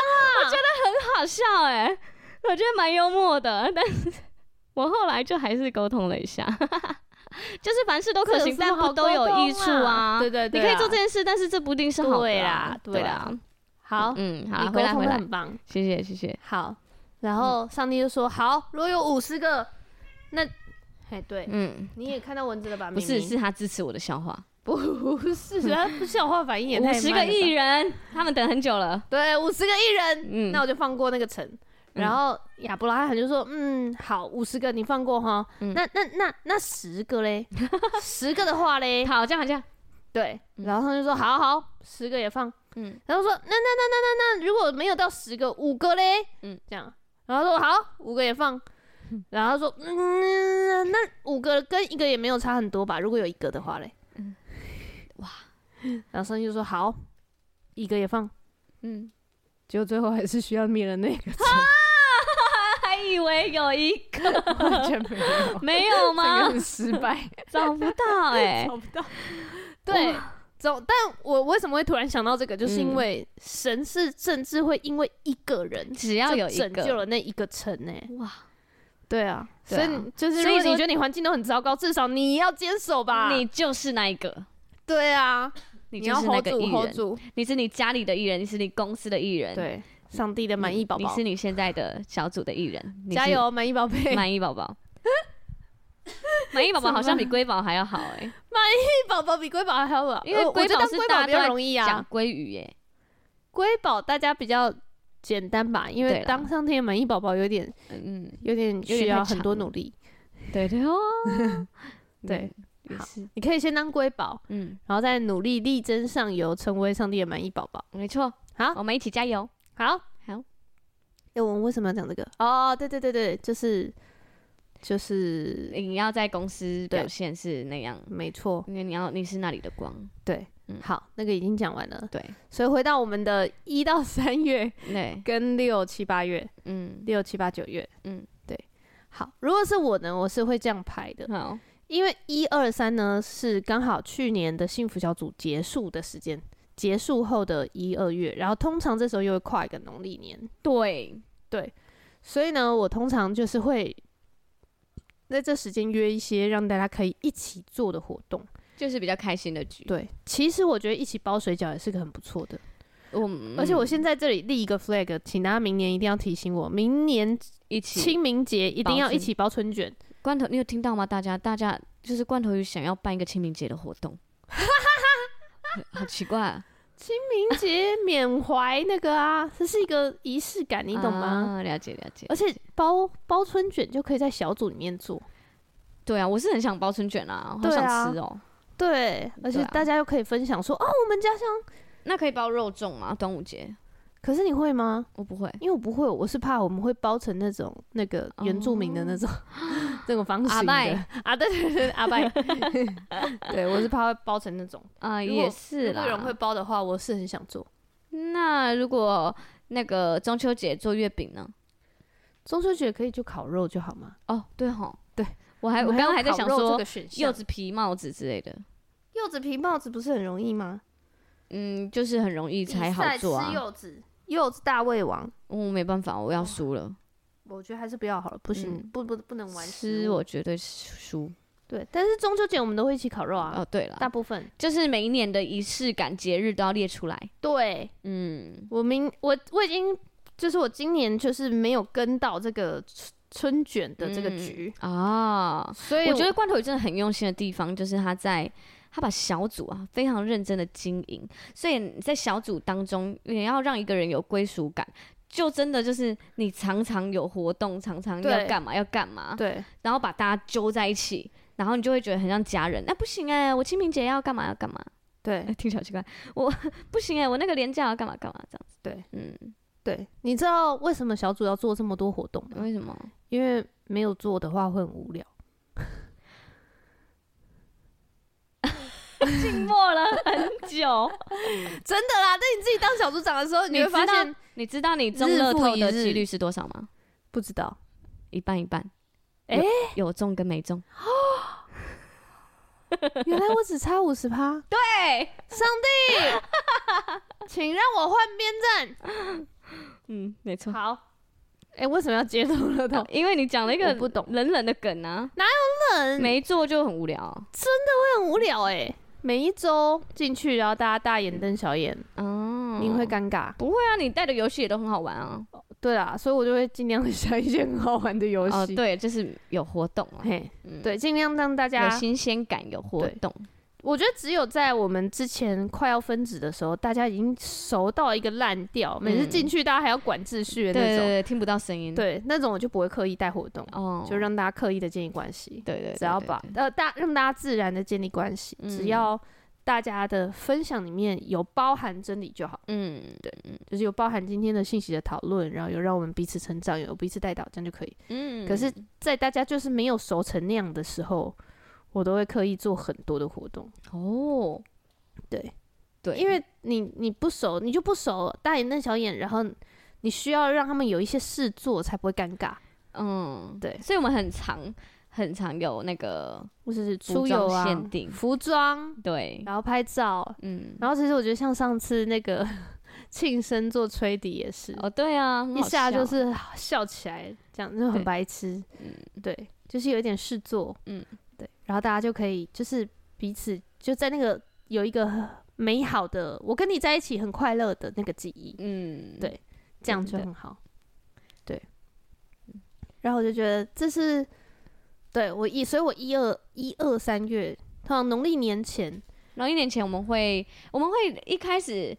S2: 我觉得很好笑哎、我觉得蛮幽默的，但是 我后来就还是沟通了一下， 就是凡事都可行，
S1: 这有什
S2: 但
S1: 么好
S2: 不都有
S1: 沟通
S2: 益处啊。
S1: 对对对啊，
S2: 你可以做这件事，但是这不一定是好的、啊。
S1: 对啦
S2: 对
S1: 对
S2: 啊
S1: 啦，好，
S2: 嗯，好
S1: 你
S2: 啦，
S1: 沟
S2: 回来
S1: 通啊
S2: 回
S1: 的
S2: 来，嗯
S1: 很棒，
S2: 谢谢谢谢。
S1: 好。然后上帝就说：“好，如果有五十个，那，哎，对，
S2: 嗯，
S1: 你也看到文字了吧？
S2: 不是，
S1: 明明
S2: 是他支持我的笑话。
S1: 不是，他不像话反应也太
S2: 五十个
S1: 慢了吧
S2: 艺人，他们等很久了。
S1: 对，五十个艺人，
S2: 嗯，
S1: 那我就放过那个城。然后亚伯拉罕就说：“嗯，好，五十个你放过哈。
S2: 嗯
S1: 那那那那十个嘞，十个的话嘞，
S2: 好，这样 这样，
S1: 对。
S2: 嗯
S1: 然后他就说：好好，十个也放。
S2: 嗯
S1: 然后说：那那那那那那，如果没有到十个，五个嘞，
S2: 嗯
S1: 嗯，这样。然后说好，五个也放。然后他说：嗯，那五个跟一个也没有差很多吧？如果有一个的话嘞，
S2: 嗯哇
S1: 哇。然后上帝就说：好，一个也放。
S2: 嗯。
S1: 结果最后还是需要灭了那个
S2: 还以为有一个，
S1: 城， 完全没有。”
S2: 没有吗？
S1: 失败，
S2: 找不到 哎、
S1: 找不到。对，总但我为什么会突然想到这个，就是
S2: 嗯
S1: 因为神是甚至会因为一个人
S2: 只要有一
S1: 就拯救
S2: 个，
S1: 了那一个城呢、
S2: 哇，
S1: 对啊，
S2: 对啊
S1: 所以你就是如
S2: 所以
S1: 果你
S2: 说
S1: 觉得你环境都很糟糕，至少你要坚守吧。
S2: 你就是那一个，
S1: 对啊，
S2: 你就
S1: 要
S2: 是那
S1: hold
S2: 个
S1: 住
S2: 艺
S1: hold
S2: 人，
S1: 住，
S2: 你是你家里的艺人，你是你公司的艺人，
S1: 对，上帝的
S2: 嗯，
S1: 满意宝
S2: 你
S1: 宝
S2: 是，你现在的小组的艺人，你是
S1: 加，油，满意宝贝，满
S2: 满意 宝宝。满意宝宝好像比瑰宝还要好哎、
S1: 意宝宝比瑰宝还要好，
S2: 因为
S1: 我
S2: 瑰
S1: 我觉
S2: 宝
S1: 得当
S2: 是
S1: 瑰
S2: 大
S1: 宝
S2: 家
S1: 比
S2: 都
S1: 较
S2: 在
S1: 容易
S2: 讲
S1: 啊，
S2: 鲑鱼哎、
S1: 瑰宝大家比较简单吧，因
S2: 对
S1: 为
S2: 啦
S1: 当上帝的满意宝宝有点
S2: 嗯，
S1: 有点
S2: 点
S1: 需要
S2: 太
S1: 很
S2: 长
S1: 多
S2: 了
S1: 努力。
S2: 对 对哦，
S1: 对
S2: 嗯，也
S1: 好
S2: 是，
S1: 你可以先当瑰宝，
S2: 嗯，
S1: 然后再努力力争上游，成为上帝的满意宝宝。
S2: 没错，
S1: 好
S2: 我们一起加油，
S1: 好，
S2: 好。
S1: 哎、我们为什么要讲这个？哦，对对对对，就是就是，
S2: 你要在公司
S1: 对
S2: 表现是那样，
S1: 没错，
S2: 因为你要你是那里的光，
S1: 对，
S2: 嗯
S1: 好，那个已经讲完了。
S2: 对
S1: 所以回到我们的一到三月
S2: 对，
S1: 跟六七八月，
S2: 嗯，
S1: 六七八九月，
S2: 嗯，
S1: 对。好，如果是我呢，我是会这样排的，
S2: 好，
S1: 因为一二三呢是刚好去年的幸福小组结束的时间，结束后的一二月，然后通常这时候又会跨一个农历年，
S2: 对，
S1: 所以呢，我通常就是会在这时间约一些让大家可以一起做的活动。
S2: 就是比较开心的局。，
S1: 对，其实我觉得一起包水饺也是个很不错的，
S2: 我们嗯
S1: 而且我现在这里立一个 flag，请大家明年一定要提醒我，明年
S2: 一起
S1: 清明节一定要一起包春卷。
S2: 罐头，你有听到吗？大家，大家就是罐头鱼想要办一个清明节的活动， 好奇怪、啊，
S1: 清明节缅怀那个啊，这是一个仪式感，你懂吗？
S2: 啊了解了解
S1: 而。且包包春卷就可以在小组里面做，
S2: 对啊，我是很想包春卷啊，好
S1: 对
S2: 想
S1: 啊
S2: 吃哦、
S1: 对，而且
S2: 对啊
S1: 大家又可以分享说，哦，我们家乡
S2: 那可以包肉粽吗？端午节
S1: 可是你会吗？
S2: 我不会。
S1: 因为我不会，我是怕我们会包成那种那个原住民的那 种、 那种方
S2: 哦阿
S1: 形的
S2: 拜
S1: 啊，对对对，阿 拜， 对我是怕会包成那种。
S2: 啊、
S1: 如果
S2: 也是
S1: 如果
S2: 啦。
S1: 有人会包的话，我是很想做。
S2: 那如果那个中秋节做月饼呢？
S1: 中秋节可以就烤肉就好嘛。
S2: 哦，对吼，
S1: 对
S2: 我还我刚刚还在想
S1: 我们有烤肉这
S2: 说
S1: 个选项
S2: 柚子皮帽子之类的，
S1: 柚子皮帽子不是很容易吗？
S2: 嗯，就是很容易才好做
S1: 比赛
S2: 啊
S1: 吃。柚子，柚子大胃王，
S2: 我、没办法，我要输了，
S1: 我觉得还是不要好了，不行，
S2: 嗯
S1: 不不不嗯能玩
S2: 吃
S1: 食物
S2: 我绝对输。
S1: 对，但是中秋节我们都会一起烤肉啊，
S2: 哦，对
S1: 大
S2: 了，
S1: 部分。
S2: 就是每一年的仪式感、节日都要列出来。
S1: 对
S2: 嗯，
S1: 我明我我已经就是我今年就是没有跟到这个春春卷的这个
S2: 嗯
S1: 局，
S2: 啊、
S1: 所以
S2: 我觉得罐头鱼真的很用心的地方，就是他在他把小组啊非常认真的经营，所以你在小组当中也要让一个人有归属感，就真的就是你常常有活动，常常
S1: 对
S2: 要干嘛要干嘛，
S1: 对
S2: 然后把大家揪在一起，然后你就会觉得很像家人。那、不行哎、我清明节要干嘛要干嘛，哎
S1: 对
S2: 听起来好奇怪，我不行哎、我那个年假要干嘛干嘛这样子。
S1: 对，
S2: 嗯，
S1: 对，你知道为什么小组要做这么多活动吗？
S2: 为什么？
S1: 因为没有做的话会很无聊。
S2: 静默了 很久。
S1: 真的啦，但你自己当小组长的时候，
S2: 你
S1: 会
S2: 知
S1: 发
S2: 道
S1: 现
S2: 你知道你中
S1: 日
S2: 乐
S1: 复
S2: 透
S1: 一
S2: 的
S1: 日
S2: 几率是多少吗？
S1: 不知道。
S2: 一半一半。
S1: 诶
S2: 有有中跟没中，
S1: 原来我只差五十 趴，
S2: 对，
S1: 上帝， 请让我换边
S2: 嗯，没错
S1: 站。。好，哎、为什么要接中乐透？
S2: 因为你讲了一
S1: 我
S2: 个
S1: 不懂嗯
S2: 冷冷的梗啊，
S1: 人
S2: 没做就很无聊。
S1: 很无聊哎、
S2: 欸
S1: 每一周进去，然后大家大眼瞪小眼，
S2: 哦，
S1: 你会尴尬。
S2: 不会啊？你带的游戏也都很好玩啊。
S1: 对啦，所以我就会尽量想一些很好玩的游戏。
S2: 哦，，对，就是有活动啊，
S1: 嘿，
S2: 嗯，
S1: 对，啊尽量让大
S2: 有
S1: 家。
S2: 新鲜感，有活动。
S1: 我觉得只有在我们之前快要分职的时候，大家已经熟到一个烂掉，每次进去大家还要管秩序
S2: 对
S1: 的那
S2: 嗯对
S1: 种。
S2: 对，听不到声音。，
S1: 对，那种我就不会刻意带活动，
S2: 哦，
S1: 就让大家刻意的建立关系。
S2: 对对，对
S1: 只要
S2: 对
S1: 把
S2: 对
S1: 呃大让大家自然的建立关系，
S2: 嗯
S1: 只要大家的分享里面有包含真理就好，
S2: 嗯对
S1: 就是有包含今天的信息的讨论，然后有让我们彼此成长，有彼此带导，这样就可以。
S2: 嗯，
S1: 可是，在大家就是没有熟成那样的时候，我都会刻意做很多的活动，
S2: 哦，
S1: 对
S2: 对，
S1: 因为你你不熟，你就不熟，大眼瞪小眼，然后你需要让他们有一些事做，才不会尴尬。
S2: 嗯
S1: 对
S2: 所以我们很常很常有那个
S1: 或者是
S2: 服
S1: 出游
S2: 装
S1: 啊，
S2: 限定
S1: 服装，
S2: 对，
S1: 然后拍照，
S2: 嗯，
S1: 然后其实我觉得像上次那个 庆生做吹笛也是，
S2: 哦，对啊，很
S1: 一
S2: 好
S1: 下就
S2: 笑
S1: 是笑起来，这样就很
S2: 对
S1: 白痴。
S2: 嗯
S1: 对，就是有一点事做，
S2: 嗯，
S1: 对，然后大家就可以就是彼此就在那个有一个很美好的，我跟你在一起很快乐的那个记忆，
S2: 嗯，
S1: 对这样
S2: 真
S1: 就
S2: 的
S1: 很好。对，然后我就觉得这是对我一，所以我一二一二三月，通常农历年前，
S2: 然后一年前我们会，我们会一开始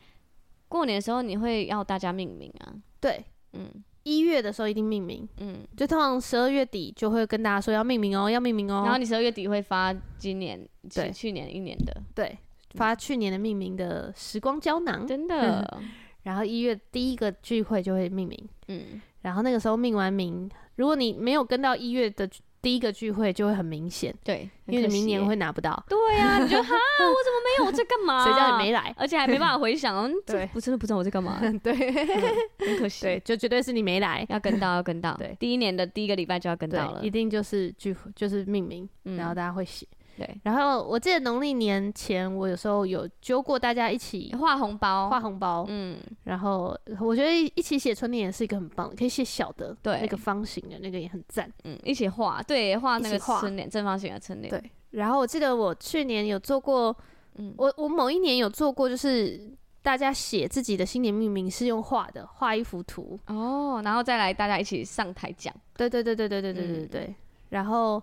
S2: 过年的时候，你会要大家命名啊，
S1: 对，
S2: 嗯
S1: 一月的时候一定命名，
S2: 嗯，
S1: 就通常十二月底就会跟大家说要命名哦，要命名哦，
S2: 然后你十二月底会发今年、
S1: 对
S2: 去去年一年的，
S1: 对
S2: 嗯
S1: 发去年的命名的时光胶囊，
S2: 真 的，
S1: 然后一月第一个聚会就会命名，
S2: 嗯，
S1: 然后那个时候命完名，如果你没有跟到一月的聚第一个聚会，就会很明显，
S2: 对，很
S1: 因为
S2: 可
S1: 你
S2: 惜
S1: 明年
S2: 耶，
S1: 会拿不到，
S2: 对啊，你就哈，我怎么没有？我在干嘛？
S1: 谁叫你没？ 来？
S2: 而且还没办法回想，嗯，这
S1: 对
S2: 我 真的不知道我在干嘛，
S1: 对
S2: 很可惜。
S1: 对，，就绝对是你没 来，
S2: 要跟到，要跟到。
S1: 对
S2: 第一年的第一个礼拜就要跟到了
S1: 对，一。定就是聚会就是命名，
S2: 嗯
S1: 然后大家会写。
S2: 对，
S1: 然后我记得农历年前，我有时候有揪过大家一起
S2: 画红包，
S1: 画红包，
S2: 哦嗯，
S1: 然后我觉得一起写春联也是一个很棒，可以写小的，
S2: 对
S1: 那个方形的那个也很赞。
S2: 嗯，一起画，对，画那
S1: 一
S2: 个
S1: 起画
S2: 春联，正方形的春联，
S1: 对然后我记得我去年有做过，
S2: 嗯
S1: 我我某一年有做过，就是大家写自己的新年命名是用画的，画一幅图。
S2: 哦，然后再来大家一起上台讲。
S1: 对对对对对对对对对
S2: 嗯
S1: 对。然后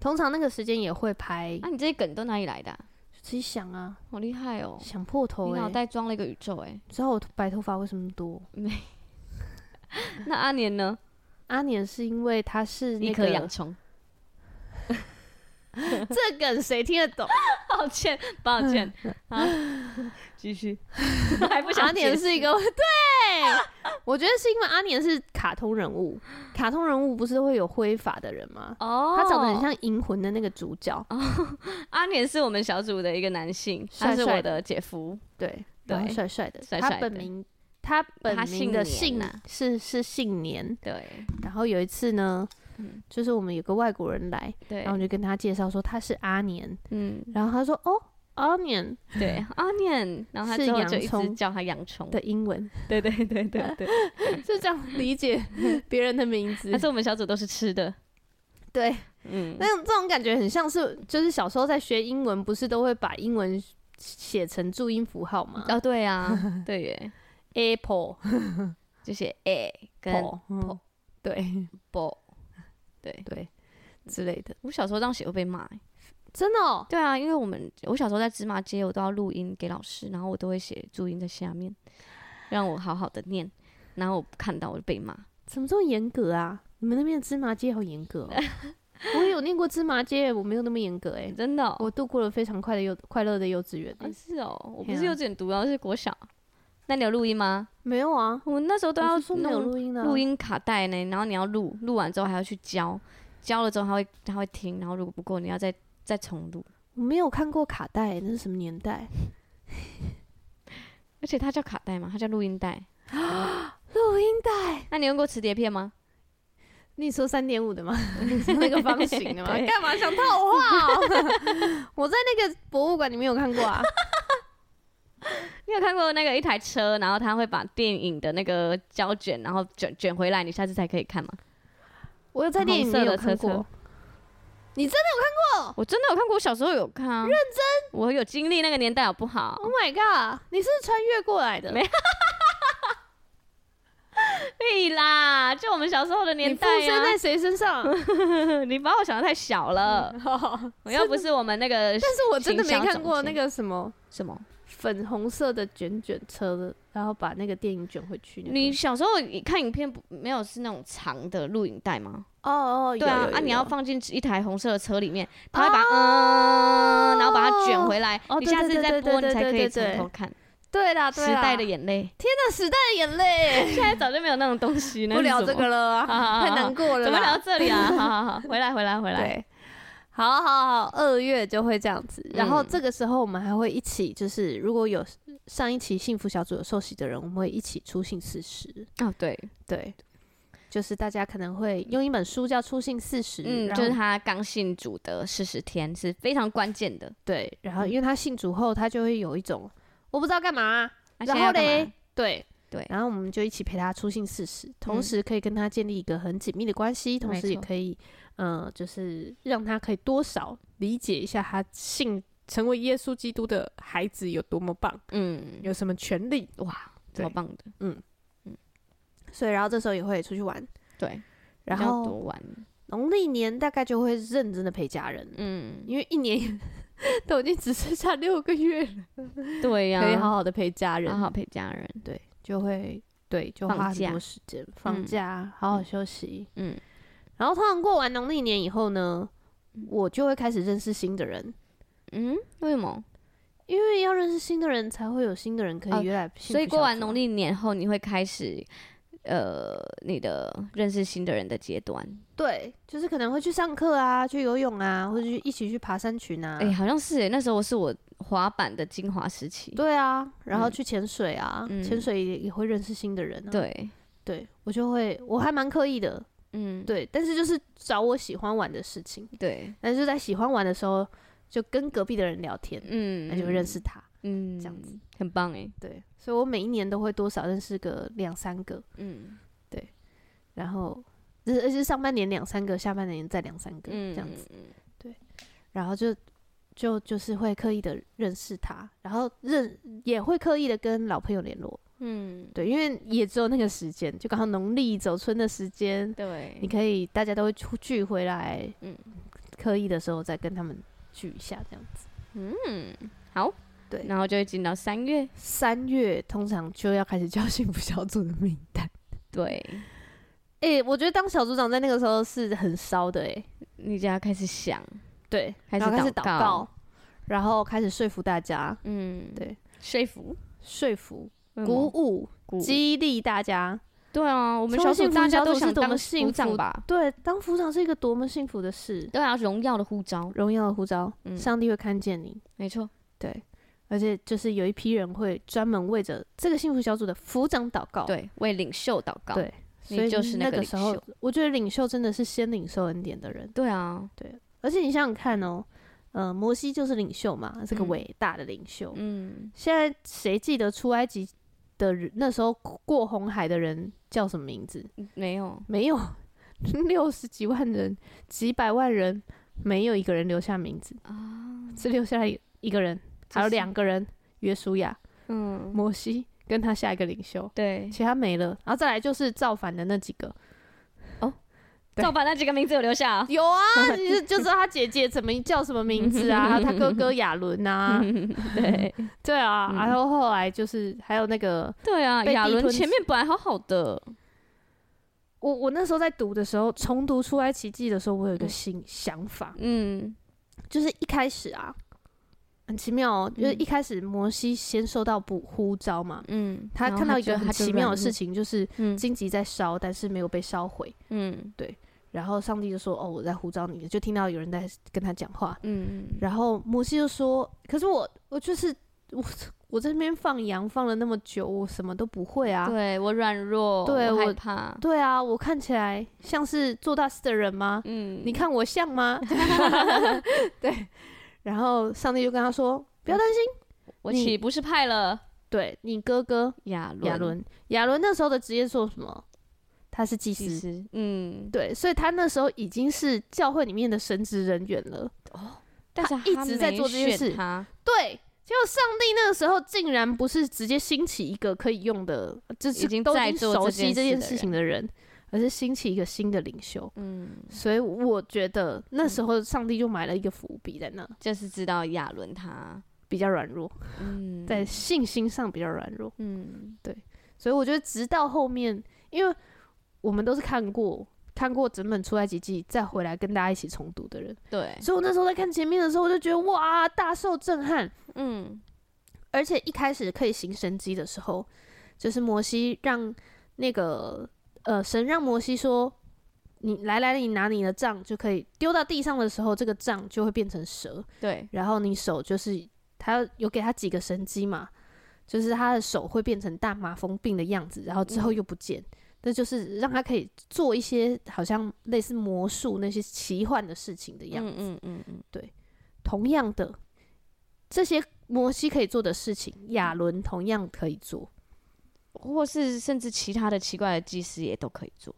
S1: 通常那个时间也会拍，
S2: 啊，你这些梗都哪里来的啊、
S1: 自己想啊，
S2: 好厉害哦！
S1: 想破
S2: 你
S1: 头哎、
S2: 脑袋装了一个宇宙哎、
S1: 你知道我白头发为什么多？
S2: 那阿年呢？
S1: 阿年是因为他是
S2: 一
S1: 那
S2: 颗
S1: 个
S2: 洋葱。
S1: 这梗谁听得 懂？
S2: 抱歉，抱 歉，好，继续， 还不
S1: 阿
S2: 想
S1: 年
S2: 解释
S1: 是一个对，我觉得是因为阿年是卡通人物，卡通人物不是会有灰发的人吗？
S2: 哦，
S1: 他长得很像《银魂》的那个主角，
S2: 阿年，是我们小组的一个男性，他
S1: 帅
S2: 是
S1: 帅
S2: 我
S1: 的
S2: 的姐夫，
S1: 对，然后
S2: 对
S1: 帅帅的，
S2: 帅帅
S1: 他
S2: 的
S1: 本名他本
S2: 他
S1: 名
S2: 姓
S1: 的
S2: 年
S1: 姓
S2: 啊
S1: 是是姓年。
S2: 对
S1: 然后有一次呢，
S2: 嗯
S1: 就是我们有个外国人来，
S2: 对
S1: 然后，我就跟他介绍说他是阿年，
S2: 嗯，
S1: 然后他说哦。onion
S2: 对，阿年，然后他
S1: 嗯是
S2: 之后
S1: 洋
S2: 就一直
S1: 葱
S2: 叫他洋葱，
S1: 的英文
S2: 对对对对对，
S1: 是这样理解别人的名字
S2: 但，是我们小组都是吃的，
S1: 对，
S2: 嗯，
S1: 那种这种感觉很像是，就是小时候在学英文，不是都会把英文写成注音符号吗、
S2: 哦对啊，对耶，
S1: a p p l e
S2: 就是 A 跟
S1: Paul，嗯对
S2: b
S1: 对之类的，
S2: 我小时候这样写会被骂欸，
S1: 真的、哦，
S2: 对啊，因为我们我小时候在芝麻街，我都要录音给老师，然后我都会写注音在下面，让我好好的念，然后我看到我就被骂。
S1: 怎么这么严格啊？你们那边的芝麻街好严 格哦。我也有念过芝麻街，我没有那么严格哎、
S2: 真的、哦，
S1: 我度过了非常快的幼快乐的幼稚园、
S2: 啊是哦，我不
S1: 对啊
S2: 是幼稚园读啊，我是国小。那你有录音吗？
S1: 没有啊，
S2: 我那时候都
S1: 我
S2: 要
S1: 是说没有
S2: 弄
S1: 录音的、啊，
S2: 录音卡带呢，然后你要录，录完之后还要去教，教了之后他会他会听，然后如果不过你要再再重录，
S1: 我没有看过卡带、那是什么年代？
S2: 而且它叫卡带嘛，它叫录音 带。
S1: 录音带？
S2: 那你用过磁碟片吗？
S1: 你说三点五的吗？你说 那个方形的吗？
S2: 对
S1: 干嘛想套我话哦、 我在那个博物馆里面有看过 啊，
S2: 你有看过那个一台车，然后它会把电影的那个胶卷，然后卷卷回来，你下次才可以看吗？
S1: 我有在电影里面有看
S2: 红色的车
S1: 过
S2: 车。我真的有看过，我小时候有看哦啊，认真，哦我有经历那个年代好不好？
S1: Oh my god！你是不是穿越过来的？
S2: 没对啦，就我们小时候的
S1: 你
S2: 年
S1: 附
S2: 代
S1: 身在谁身上？
S2: 啊， 你把我想的太小了，我要不是我们那个
S1: 但是我真的没
S2: 形象
S1: 看过
S2: 哦总
S1: 那
S2: 监
S1: 个什么
S2: 什么，
S1: 粉红色的卷卷车的，然后把那个电影卷回去、那个
S2: 你小时候看影片不没有是那种长的录影带吗？
S1: 哦哦，
S2: 对啊
S1: 有，有
S2: 啊，你要
S1: 有啊
S2: 放进一台红色的车里面，它会把嗯，然后把它卷回来
S1: 哦，
S2: 你
S1: 对
S2: 下
S1: 对
S2: 次
S1: 对
S2: 再
S1: 对
S2: 播，
S1: 对
S2: 你才
S1: 对
S2: 可
S1: 对
S2: 以从
S1: 对
S2: 头看。
S1: 对啦，对啊
S2: 时
S1: 啦
S2: 代的 眼泪，
S1: 那时代的眼泪，
S2: 现在早就没有那种东西，那
S1: 不
S2: 是
S1: 聊
S2: 什
S1: 这
S2: 么
S1: 个，了啊，
S2: 好好好
S1: 太难过了啦，
S2: 怎么聊到这里 啊？好好好，回来回来回来，
S1: 对，好好好，二月就会这样子。然后
S2: 嗯
S1: 这个时候我们还会一起，就是如果有上一期幸福小组有受洗的人，我们会一起出信四十。
S2: 哦对，
S1: 对，就是大家可能会用一本书叫《出信四十》，
S2: 嗯，
S1: 然
S2: 就
S1: 后
S2: 是他刚信主的四十天是非常关键的。
S1: 对，然
S2: 嗯
S1: 后因为他信主后，他就会有一种我不知道干嘛啊、
S2: 那
S1: 然
S2: 现在要
S1: 后
S2: 干嘛
S1: 嘞，，对
S2: 对
S1: 然后我们就一起陪他出信四十，同
S2: 嗯
S1: 时可以跟他建立一个很紧密的关系，同
S2: 没
S1: 时也
S2: 错
S1: 可以，呃，就是让他可以多少理解一下他信成为耶稣基督的孩子有多么棒，
S2: 嗯，
S1: 有什么权利。
S2: 哇，超
S1: 对
S2: 棒的，
S1: 所以，然后这时候也会出去玩，
S2: 对，
S1: 然
S2: 要多
S1: 后
S2: 玩，
S1: 农历年大概就会认真的陪家人，
S2: 嗯，
S1: 因为一年 都已经只剩下六个月了，
S2: 对呀，啊
S1: 可以好好的陪家人
S2: 好，好陪家人，
S1: 对，就会对，就
S2: 放
S1: 花很
S2: 假
S1: 多时间放
S2: 嗯
S1: 假，好好休息。
S2: 嗯，
S1: 然后通常过完农历年以后呢，我就会开始认识新的人，
S2: 嗯，为什么？
S1: 因为要认识新的人，才会有新的人可
S2: 哦
S1: 以约来、
S2: 所以过完
S1: 啊
S2: 农，历年后，你会开始呃你的认识新的人的阶段。
S1: 对，就是可能会去上课啊，去游泳啊，或者去一起去爬山群啊，
S2: 哎、好像是哎，那时候是我滑板的精华时期。
S1: 对啊，然后
S2: 嗯
S1: 去潜水啊，
S2: 嗯
S1: 潜水也也会认识新的人、啊，，
S2: 对，
S1: 对我就会，我还蛮刻意的，
S2: 嗯，
S1: 对，但是就是找我喜欢玩的事情，
S2: 对，
S1: 但是在喜欢玩的时候，就跟隔壁的人聊天，
S2: 嗯，
S1: 那就会认识他。
S2: 嗯，嗯
S1: 这样子
S2: 很棒哎，
S1: 对，所以我每一年都会多少认识个两三个，
S2: 嗯
S1: 然后就是而且上半年两三个，下半年再两三个、
S2: 嗯，
S1: 这样子，然后就就就是会刻意的认识他，然后认也会刻意的跟老朋友联络，
S2: 嗯，
S1: 对，因为也只有那个时间，就刚好农历走春的时间，
S2: 对，
S1: 你可以大家都会出聚回来，嗯
S2: 嗯，
S1: 刻意的时候再跟他们聚一下这样子。
S2: 嗯，好，
S1: 对
S2: 然后就会进到三月，
S1: 三月通常就要开始叫 幸福小组的名单。
S2: 对，
S1: 诶、我觉得当小组长在那个时候是很烧的诶、
S2: 你就要开始想，
S1: 对，
S2: 开始
S1: 然后开始
S2: 祷
S1: 祷
S2: 告
S1: 告，然后开始说服大家，
S2: 嗯，
S1: 对，
S2: 说服、
S1: 说服、鼓
S2: 鼓
S1: 舞、
S2: 鼓
S1: 激励大家。
S2: 对啊，我们
S1: 成
S2: 小
S1: 为
S2: 组
S1: 幸福
S2: 大家
S1: 小
S2: 都
S1: 组是
S2: 想
S1: 多么
S2: 当
S1: 幸
S2: 鼓掌
S1: 福
S2: 吧？
S1: 对，当副长是一个多么幸福的事！
S2: 对啊，荣耀的呼召，
S1: 荣耀的呼召，
S2: 嗯
S1: 上帝会看见你。
S2: 没错，
S1: 对，而且就是有一批人会专门为着这个幸福小组的组长祷告。，
S2: 对，为领袖祷
S1: 哦
S2: 告，
S1: 对
S2: 你
S1: 所以
S2: 就是那
S1: 那
S2: 个领
S1: 时候
S2: 袖，
S1: 我觉得领袖真的是先领受恩典的人。
S2: 对啊，
S1: 而且你想想看哦，呃，摩西就是领袖嘛，是个
S2: 嗯
S1: 伟大的领袖。
S2: 嗯，
S1: 现在谁记得出埃及的人那时候过红海的人叫什么名字？
S2: 没有，
S1: 没有， 六十几万人，几百万人，没有一个人留下名字啊，只留下来一个人，还有
S2: 就是
S1: 两个人，约书亚、
S2: 嗯，
S1: 摩西跟他下一个领袖，
S2: 对，
S1: 其他没了。然后再来就是造反的那几个，对
S2: 照把那几个名字有留下啊，
S1: 有 啊，你就就知道他姐姐怎么叫什么名字啊， 还有他哥哥亚伦啊，
S2: 对，
S1: 对啊，
S2: 嗯
S1: 然后后来就是还有那个
S2: 对啊，
S1: 被
S2: 亚
S1: 地
S2: 伦
S1: 吞
S2: 前面本来好好的，
S1: 我我那时候在读的时候，重读《出埃及记》的时候，我有一个
S2: 嗯
S1: 新想法，
S2: 嗯，
S1: 就是一开始啊，很奇妙哦，就是
S2: 嗯
S1: 一开始摩西先收到捕呼召嘛，
S2: 嗯，
S1: 他
S2: 然后
S1: 看到一
S2: 就
S1: 个很
S2: 他就
S1: 奇妙的
S2: 软
S1: 事
S2: 弱，
S1: 情，就是
S2: 嗯
S1: 荆棘在烧，但是没有被烧毁，
S2: 嗯
S1: 然后上帝就说：“哦，我在呼召你。”就听到有人在跟他讲话，
S2: 嗯，
S1: 然后摩西就说：“可是我我就是我我在那边放羊放了那么久，我什么都不会啊。”
S2: 对我软弱，
S1: 对
S2: 我害
S1: 我
S2: 怕，
S1: 对啊，我看起来像是做大事的人吗？
S2: 嗯，
S1: 你看我像 吗？对，然后上帝就跟他
S2: 嗯
S1: 说：“不要担心，
S2: 我
S1: 你
S2: 岂不是派了
S1: 对你哥哥
S2: 亚伦？
S1: 亚伦，亚伦那时候的职业做什么？他是祭
S2: 其
S1: 司，
S2: 实，嗯，
S1: 对，所以他那时候已经是教会里面的神职人员了。
S2: 但是
S1: 他一直在
S2: 没
S1: 做这件
S2: 选
S1: 事
S2: 他
S1: 对，结果上帝那个时候竟然不是直接兴起一个可以用的，就是
S2: 已经
S1: 都
S2: 在
S1: 已经
S2: 做
S1: 熟
S2: 这
S1: 悉
S2: 件
S1: 这
S2: 事
S1: 件
S2: 的
S1: 事情的人，而是兴起一个新的领袖。
S2: 嗯，
S1: 所以我觉得那时候上帝就埋了一个伏笔在那，
S2: 就是知道亚伦他，
S1: 比较软弱，
S2: 嗯，
S1: 在信心上比较软弱。
S2: 嗯，
S1: 所以我觉得直到后面，因为我们都是看过看过整本《出埃及记》，再回来跟大家一起重读的人，
S2: 对，
S1: 所以我那时候在看前面的时候，我就觉得哇，大受震撼。
S2: 嗯，
S1: 而且一开始可以行神迹的时候，就是摩西让那个呃神让摩西说。你来来，你拿你的杖就可以丢到地上的时候，这个杖就会变成蛇，
S2: 对，
S1: 然后你手就是他有给他几个神机嘛，就是他的手会变成大麻风病的样子，然后之后又不见，那、就是让他可以做一些好像类似魔术那些奇幻的事情的样子。
S2: 嗯嗯嗯嗯，
S1: 同样的，这些摩西可以做的事情，亚伦同样可以做。
S2: 或是甚至其他的奇怪的祭司也都可以做，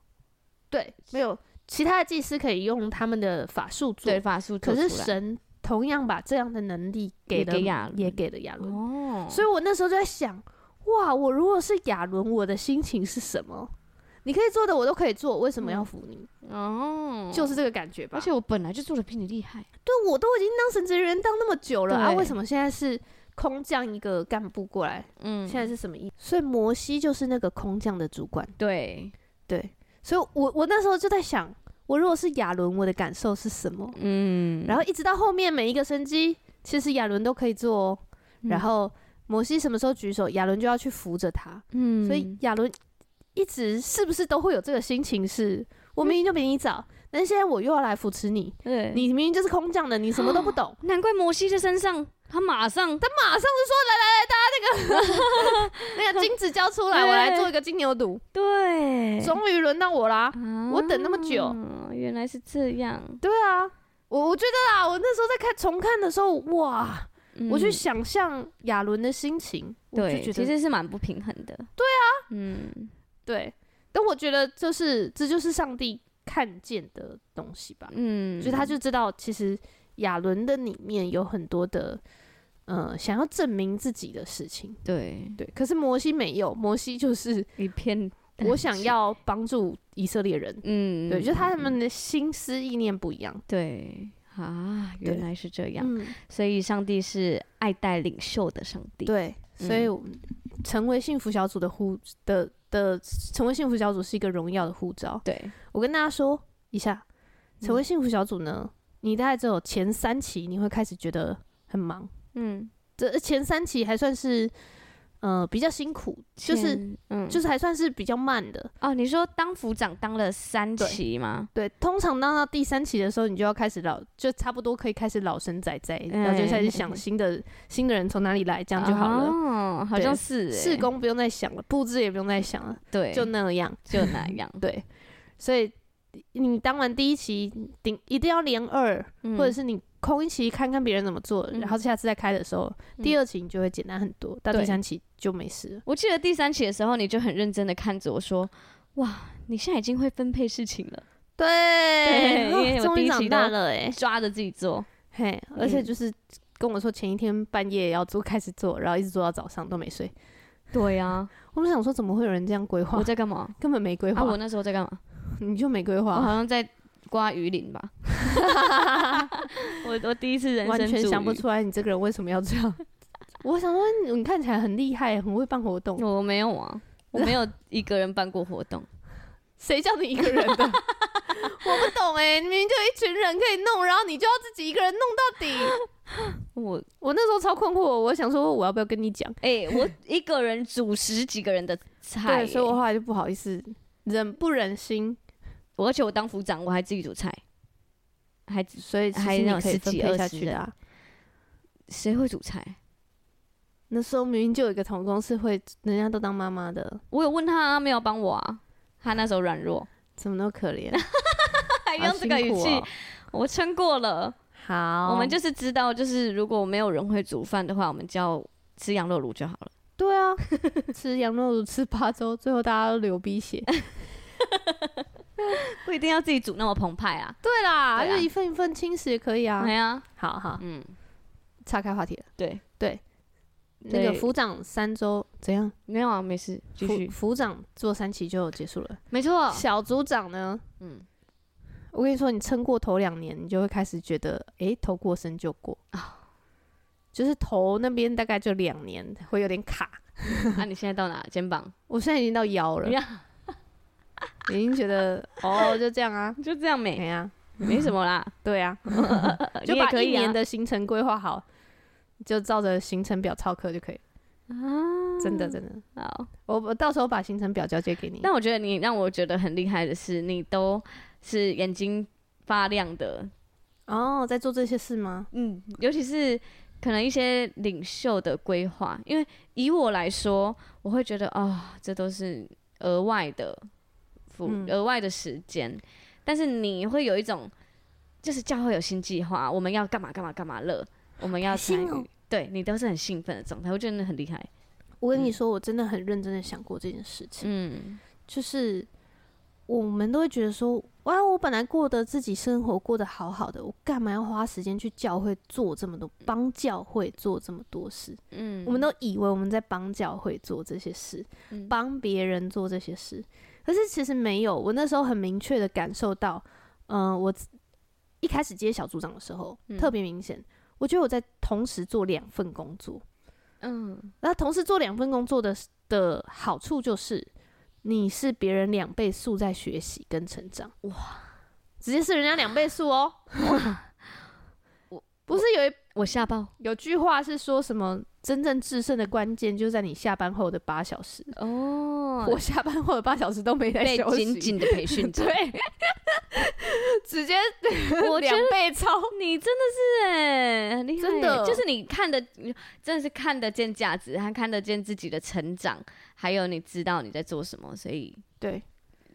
S1: 对，没有其他的祭司可以用他们的法术做
S2: 对，，法术做
S1: 可是
S2: 出来
S1: 神同样把这样的能力给
S2: 也
S1: 了
S2: 给亚伦
S1: 也给了亚伦。
S2: 哦，
S1: 所以我那时候就在想，哇，我如果是亚伦，我的心情是什么？你可以做的我都可以做，为什么要服你？
S2: 嗯哦，
S1: 就是这个感觉吧。
S2: 而且我本来就做的比你厉害，
S1: 对我都已经当神职人员当那么久了啊，
S2: 对
S1: 为什么现在是空降一个干部过来？
S2: 嗯，
S1: 现在是什么意思？所以摩西就是那个空降的主管，
S2: 对，
S1: 对。所以我我那时候就在想，我如果是亚伦，我的感受是什么？
S2: 嗯，
S1: 然后一直到后面每一个神机，其实亚伦都可以做哦。
S2: 嗯
S1: 然后摩西什么时候举手，亚伦就要去扶着他。
S2: 嗯，
S1: 所以亚伦一直是不是都会有这个心情是？我明明就比你早，但是现在我又要来扶持你，
S2: 对，。
S1: 你明明就是空降的，你什么都不懂
S2: 难怪摩西在身上，他马上
S1: 他马上就说：“来来来，大 家那个那个金子交出来，
S2: 对
S1: 我来做一个金牛犊。
S2: 对，
S1: 终于轮到我啦！
S2: 啊
S1: 我等那么久，
S2: 原来是这样。
S1: 嗯对啊，我我觉得啊，我那时候在看重看的时候，哇，我去
S2: 嗯
S1: 想象亚伦的心情，我就
S2: 对，
S1: 觉得
S2: 其实是蛮不平衡的。对啊，嗯，
S1: 对，但我觉得就是这就是上帝看见的东西吧。
S2: 嗯，
S1: 所以他就知道，其实亚伦的里面有很多的，呃，想要证明自己的事情。
S2: 嗯对
S1: 对，可是摩西没有，摩西就是
S2: 一片，
S1: 我想，要帮助以色列人。
S2: 嗯，
S1: 对，就他们的心思意念不一样。
S2: 对啊，
S1: 对
S2: 原来是这样。
S1: 嗯，
S2: 所以上帝是爱戴领袖的上帝。，
S1: 对，所以
S2: 嗯
S1: 我们成为幸福小组的呼的的成为幸福小组是一个荣耀的护照。
S2: 对，
S1: 我跟大家说一下，成为
S2: 嗯
S1: 幸福小组呢，你大概只有前三期你会开始觉得很忙，
S2: 嗯，
S1: 这前三期还算是呃比较辛苦，就是
S2: 前嗯
S1: 就是是还算是比较慢的。
S2: 哦，你说当组长当了三期吗？
S1: 对，通常当到第三期的时候，你就要开始老，就差不多可以开始老生仔仔，然后就开始想新 的新的人从哪里来，这样就好了。
S2: 哦，好像
S1: 对
S2: 是欸
S1: 试工不用再想了，布置也不用再想了，
S2: 对，
S1: 就那样。
S2: 就那样，
S1: 对，所以你当完第一期，顶一定要连二，
S2: 嗯
S1: 或者是你空一期看看别人怎么做，然后下次再开的时候，第
S2: 嗯
S1: 二期你就会简单很多，到
S2: 对
S1: 第三期就没事了。
S2: 我记得第三期的时候，你就很认真的看着我说：“哇，你现在已经会分配事情了，
S1: 对
S2: 因为我
S1: 终
S2: 第
S1: 于
S2: 一
S1: 长
S2: 期
S1: 大
S2: 都
S1: 了哎、
S2: 抓着自己做。
S1: 嘿，而且
S2: 嗯
S1: 就是跟我说前一天半夜要做，开始做，然后一直做到早上都没睡。”
S2: 对啊，
S1: 我们想说，怎么会有人这样规划
S2: 我？在干嘛？
S1: 根本没规划，
S2: 啊，我那时候在干嘛？
S1: 你就没规
S2: 我
S1: 划，啊
S2: 好像在刮鱼 鳞吧。我我第一次人生
S1: 完全
S2: 煮
S1: 想不
S2: 鱼。
S1: 出来你这个人为什么要这样。 我想说，你看起来很厉害，很会办活动，
S2: 我没有啊，我没有一个人办过活动。
S1: 谁叫你一个人的？ 我不懂哎、明明就一群人可以弄，然后你就要自己一个人弄到底。
S2: 我
S1: 我那时候超困惑，我想说我要不要跟你讲？
S2: 哎、我一个人煮十几个人的菜、
S1: 对，所以我后来就不好意思，忍不忍心，
S2: 我而且我当副长，我还自己煮菜，还自
S1: 所以其
S2: 还
S1: 实你
S2: 那种
S1: 可以
S2: 十
S1: 分
S2: 几
S1: 配
S2: 二
S1: 下
S2: 十
S1: 去的、啊。
S2: 谁会煮菜？
S1: 那时候明明就有一个同工是会，人家都当妈妈的，
S2: 我有问他、啊，没有帮我啊。他那时候软弱，
S1: 怎么都可怜，
S2: 还用这个
S1: 好
S2: 语
S1: 辛苦
S2: 气，
S1: 哦
S2: 我撑过了。
S1: 好，
S2: 我们就是知道，就是如果没有人会煮饭的话，我们叫吃羊肉炉就好了。
S1: 对啊， 吃羊肉炉吃八周，最后大家都流鼻血。
S2: 不一定要自己煮那么澎湃啊。
S1: 对啦，
S2: 对啊
S1: 就一份一份轻食也可以啊
S2: 对。啊，
S1: 好好，
S2: 嗯，
S1: 岔开话题了。
S2: 对，
S1: 那个
S2: 对
S1: 府长三周怎样？
S2: 没有啊，没事，继
S1: 府
S2: 续，
S1: 府长做三期就结束了。
S2: 没 错，
S1: 小组长呢？
S2: 嗯，
S1: 我跟你说，你撑过头两年，你就会开始觉得，诶，头过身就过就是头那边大概就两年会有点卡。
S2: 那、啊你现在到哪？肩膀
S1: 我现在已经到腰了， 已经觉得哦，就这样啊，
S2: 就这样
S1: 哎
S2: 没，
S1: 呀、
S2: 没什么 啦，
S1: 对 啊，
S2: 呃
S1: 就
S2: 你也
S1: 把
S2: 可
S1: 一
S2: 以啊
S1: 年。的行程规划好，就照着行程表操课就可以。啊，真的真的，
S2: 好，
S1: 我我到时候把行程表交接给你。
S2: 但我觉得你让我觉得很厉害的是，你都是眼睛发亮的，
S1: 哦，在做这些事吗？
S2: 嗯，尤其是可能一些领袖的规划，因为以我来说，我会觉得哦，这都是额外的服
S1: 嗯
S2: 额、外的时间，但是你会有一种，就是教会有新计划，我们要干嘛干嘛干嘛了，我们要
S1: 开
S2: 参
S1: 心
S2: 与，
S1: 哦
S2: 对你都是很兴奋的状态，我觉得你很厉害，
S1: 我跟你说，我真的很认真的想过这件事情，
S2: 嗯，
S1: 就是我们都会觉得说，哇，我本来过得自己生活过得好好的，我干嘛要花时间去教会做这么多，帮教会做这么多事？
S2: 嗯
S1: 我们都以为我们在帮教会做这些事
S2: 嗯，
S1: 帮别人做这些事，可是其实没有。我那时候很明确的感受到，嗯、我自一开始接小组长的时候、
S2: 嗯
S1: 特别明显，我觉得我在同时做两份工作。
S2: 嗯
S1: 那同时做两份工作的的好处就是，你是别人两倍速在学习跟成长。哇，直接是人家两倍速哦！
S2: 我
S1: 不是有一
S2: 我吓爆
S1: 有句话是说什么？真正制胜的关键就在你下班后的八小时。
S2: 哦
S1: 我下班后的八小时都没在
S2: 被
S1: 休息，
S2: 紧紧的培训 着，
S1: 对，直接
S2: 我觉
S1: 两
S2: 得
S1: 倍超。
S2: 你真的是哎、很厉害欸、
S1: 真的
S2: 就是你看得，真的是看得见价值，还看得见自己的成长，还有你知道你在做什么，所以
S1: 对，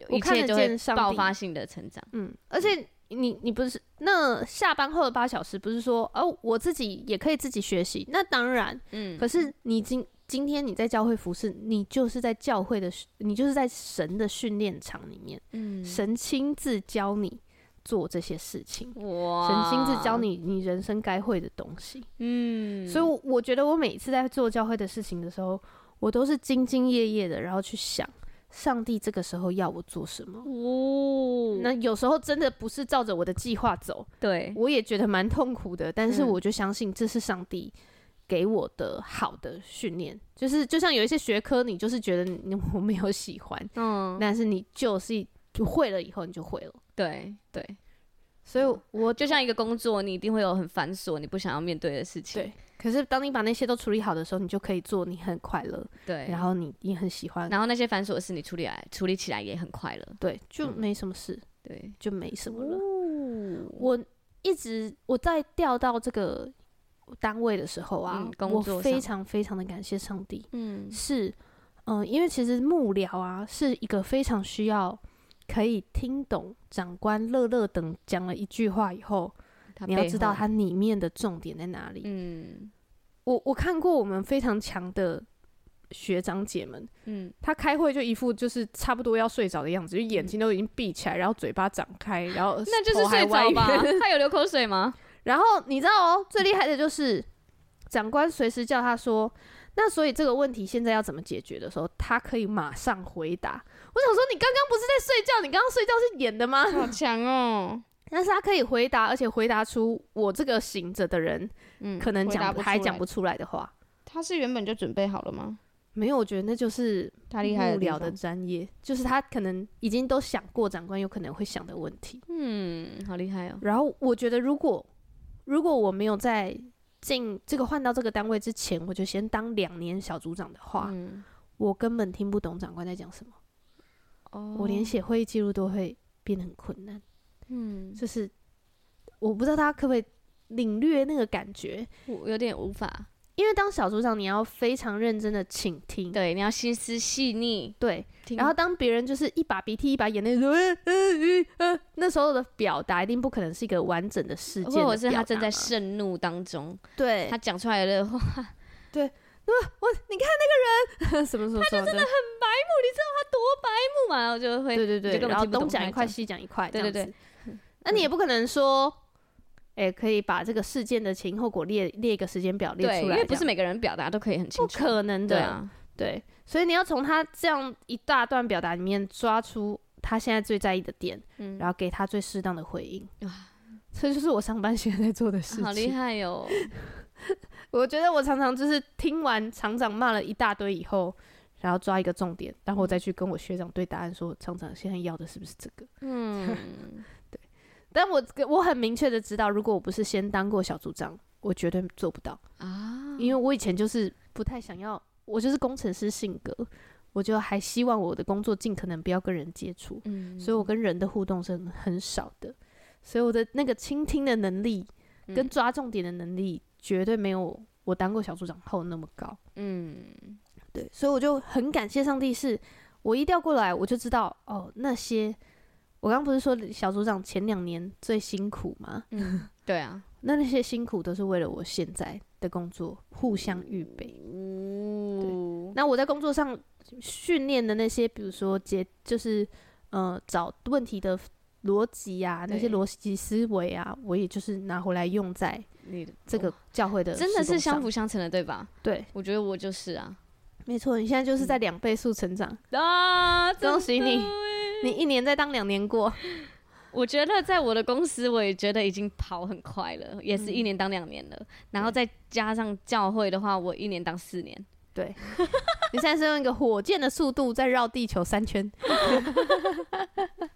S1: 我
S2: 一
S1: 看
S2: 切
S1: 得
S2: 就会
S1: 见上帝
S2: 爆发性的成长。
S1: 嗯，而且你你不是那下班后的八小时，不是说哦，我自己也可以自己学习，那当然。
S2: 嗯，
S1: 可是你今今天你在教会服侍，你就是在教会的，你就是在神的训练场里面，
S2: 嗯
S1: 神亲自教你做这些事情。
S2: 哇，
S1: 神亲自教，你你人生该会的东西，
S2: 嗯，
S1: 所以我我觉得我每次在做教会的事情的时候，我都是兢兢业业的，然后去想上帝这个时候要我做什么。
S2: 哦，
S1: 那有时候真的不是照着我的计划走，
S2: 对，
S1: 我也觉得蛮痛苦的，但是
S2: 嗯
S1: 我就相信这是上帝给我的好的训练，就是就像有一些学科，你就是觉得你我没有喜欢，
S2: 嗯，
S1: 但是你就是就会了以后你就会了，
S2: 对对，
S1: 所以我
S2: 就像一个工作，你一定会有很繁琐、你不想要面对的事情。
S1: 对。可是当你把那些都处理好的时候，你就可以做你很快乐，
S2: 对
S1: 然
S2: 然后
S1: 后你你很喜欢，
S2: 然后那些繁琐的事你处理来处理起来也很快乐。
S1: 对，就
S2: 嗯
S1: 没什么事，
S2: 对，
S1: 就没什么了。
S2: 哦，
S1: 我一直我在调到这个单位的时候啊
S2: 嗯，工作
S1: 我非
S2: 上
S1: 常非常的感谢上帝，
S2: 嗯
S1: 是，嗯、因为其实幕僚啊是一个非常需要可以听懂长官乐乐等讲了一句话以后，
S2: 他
S1: 你要
S2: 背
S1: 知道
S2: 后
S1: 它里面的重点在哪里。
S2: 嗯
S1: 我我看过我们非常强的学长姐们，
S2: 嗯，
S1: 他开会就一副就是差不多要睡着的样子，就眼睛都已经闭起来，然后嘴巴张开，然后
S2: 那就是
S1: 头还
S2: 睡
S1: 歪
S2: 着吧
S1: 一边？
S2: 他有流口水吗？
S1: 然后你知道哦，最厉害的就是长官随时叫他说，那所以这个问题现在要怎么解决的时候，他可以马上回答。我想说，你刚刚不是在睡觉？你刚刚睡觉是演的 吗？
S2: 好 强哦！
S1: 但是他可以回答，而且回答出我这个醒着的人
S2: 嗯，
S1: 可能
S2: 回
S1: 讲
S2: 答
S1: 不
S2: 不
S1: 还
S2: 出
S1: 讲
S2: 来
S1: 不出来的话。
S2: 他是原本就准备好了吗？
S1: 没有，我觉得那就是
S2: 他厉害
S1: 幕
S2: 地
S1: 僚
S2: 方
S1: 的专业，就是他可能已经都想过长官有可能会想的问题。
S2: 嗯，好厉害哦！
S1: 然后我觉得，如果如果我没有在进这个换到这个单位之前，我就先当两年小组长的话，
S2: 嗯，
S1: 我根本听不懂长官在讲什么，
S2: 哦
S1: 我连写会议记录都会变得很困难。
S2: 嗯，
S1: 就是我不知道大家可不可以领略那个感觉，
S2: 我有点无法。
S1: 因为当小组长你要非常认真的倾听，
S2: 对，你要心思细腻，
S1: 对
S2: 听
S1: 然后当别人就是一把鼻涕一把眼泪，呃呃呃呃，那时候的表达一定不可能是一个完整的事件的表达嘛，
S2: 或者是他正在盛怒当中，
S1: 对
S2: 他讲出来的话， 他
S1: 我你看那个人 什么什么什么的，
S2: 多白目嘛，我就会
S1: 对对
S2: 你就
S1: 对，
S2: 根本
S1: 然后
S2: 听不懂
S1: 东讲
S2: 他
S1: 一
S2: 在
S1: 块
S2: 讲
S1: 西讲一块，
S2: 对
S1: 这样
S2: 对
S1: 子。嗯那你也不可能说，哎，可以把这个事件的前因后果列列一个时间表列
S2: 对，
S1: 出
S2: 因
S1: 来，
S2: 为不是
S1: 这样
S2: 每个人表达都可以很
S1: 不
S2: 清楚，
S1: 可能
S2: 对
S1: 的，
S2: 啊，
S1: 对，所以你要从他这样一大段表达里面抓出他现在最在意的点，
S2: 嗯，
S1: 然后给他最适当的回应。这就是我上班 现在在做的事情。
S2: 好厉害 哦哟、
S1: 我觉得我常常就是听完厂长骂了一大堆以后，然后抓一个重点，然后我再去跟我学长对答案说，厂长现在要的是不是这个？
S2: 嗯，
S1: 但我我很明确的知道，如果我不是先当过小组长，我绝对做不到，
S2: 啊，
S1: 因为我以前就是不太想要，我就是工程师性格，我就还希望我的工作尽可能不要跟人接触，
S2: 嗯，
S1: 所以我跟人的互动是很很少的，所以我的那个倾听的能力
S2: 嗯
S1: 跟抓重点的能力，绝对没有我当过小组长后那么高。
S2: 嗯，
S1: 对，所以我就很感谢上帝是，我一调过来，我就知道哦，那些我刚刚不是说小组长前两年最辛苦吗？
S2: 嗯，对啊，
S1: 那那些辛苦都是为了我现在的工作互相预备。
S2: 哦，
S1: 那我在工作上训练的那些，比如说解，就是呃找问题的逻辑啊，那些
S2: 对
S1: 逻辑思维啊，我也就是拿回来用在
S2: 你的
S1: 这个教会的
S2: 真的
S1: 施工
S2: 是相
S1: 上
S2: 辅相成的，对嗯吧？
S1: 对，
S2: 我觉得我就是啊，
S1: 没错，你现在就是在两倍速成长，
S2: 啊，
S1: 恭喜
S2: 真的
S1: 你
S2: 耶
S1: 你一年再当两年过。
S2: 我觉得在我的公司，我也觉得已经跑很快了，也是一年当两年了。然后再加上教会的话，我一年当四年。
S1: 对，你现在是用一个火箭的速度在绕地球三圈，
S2: 哎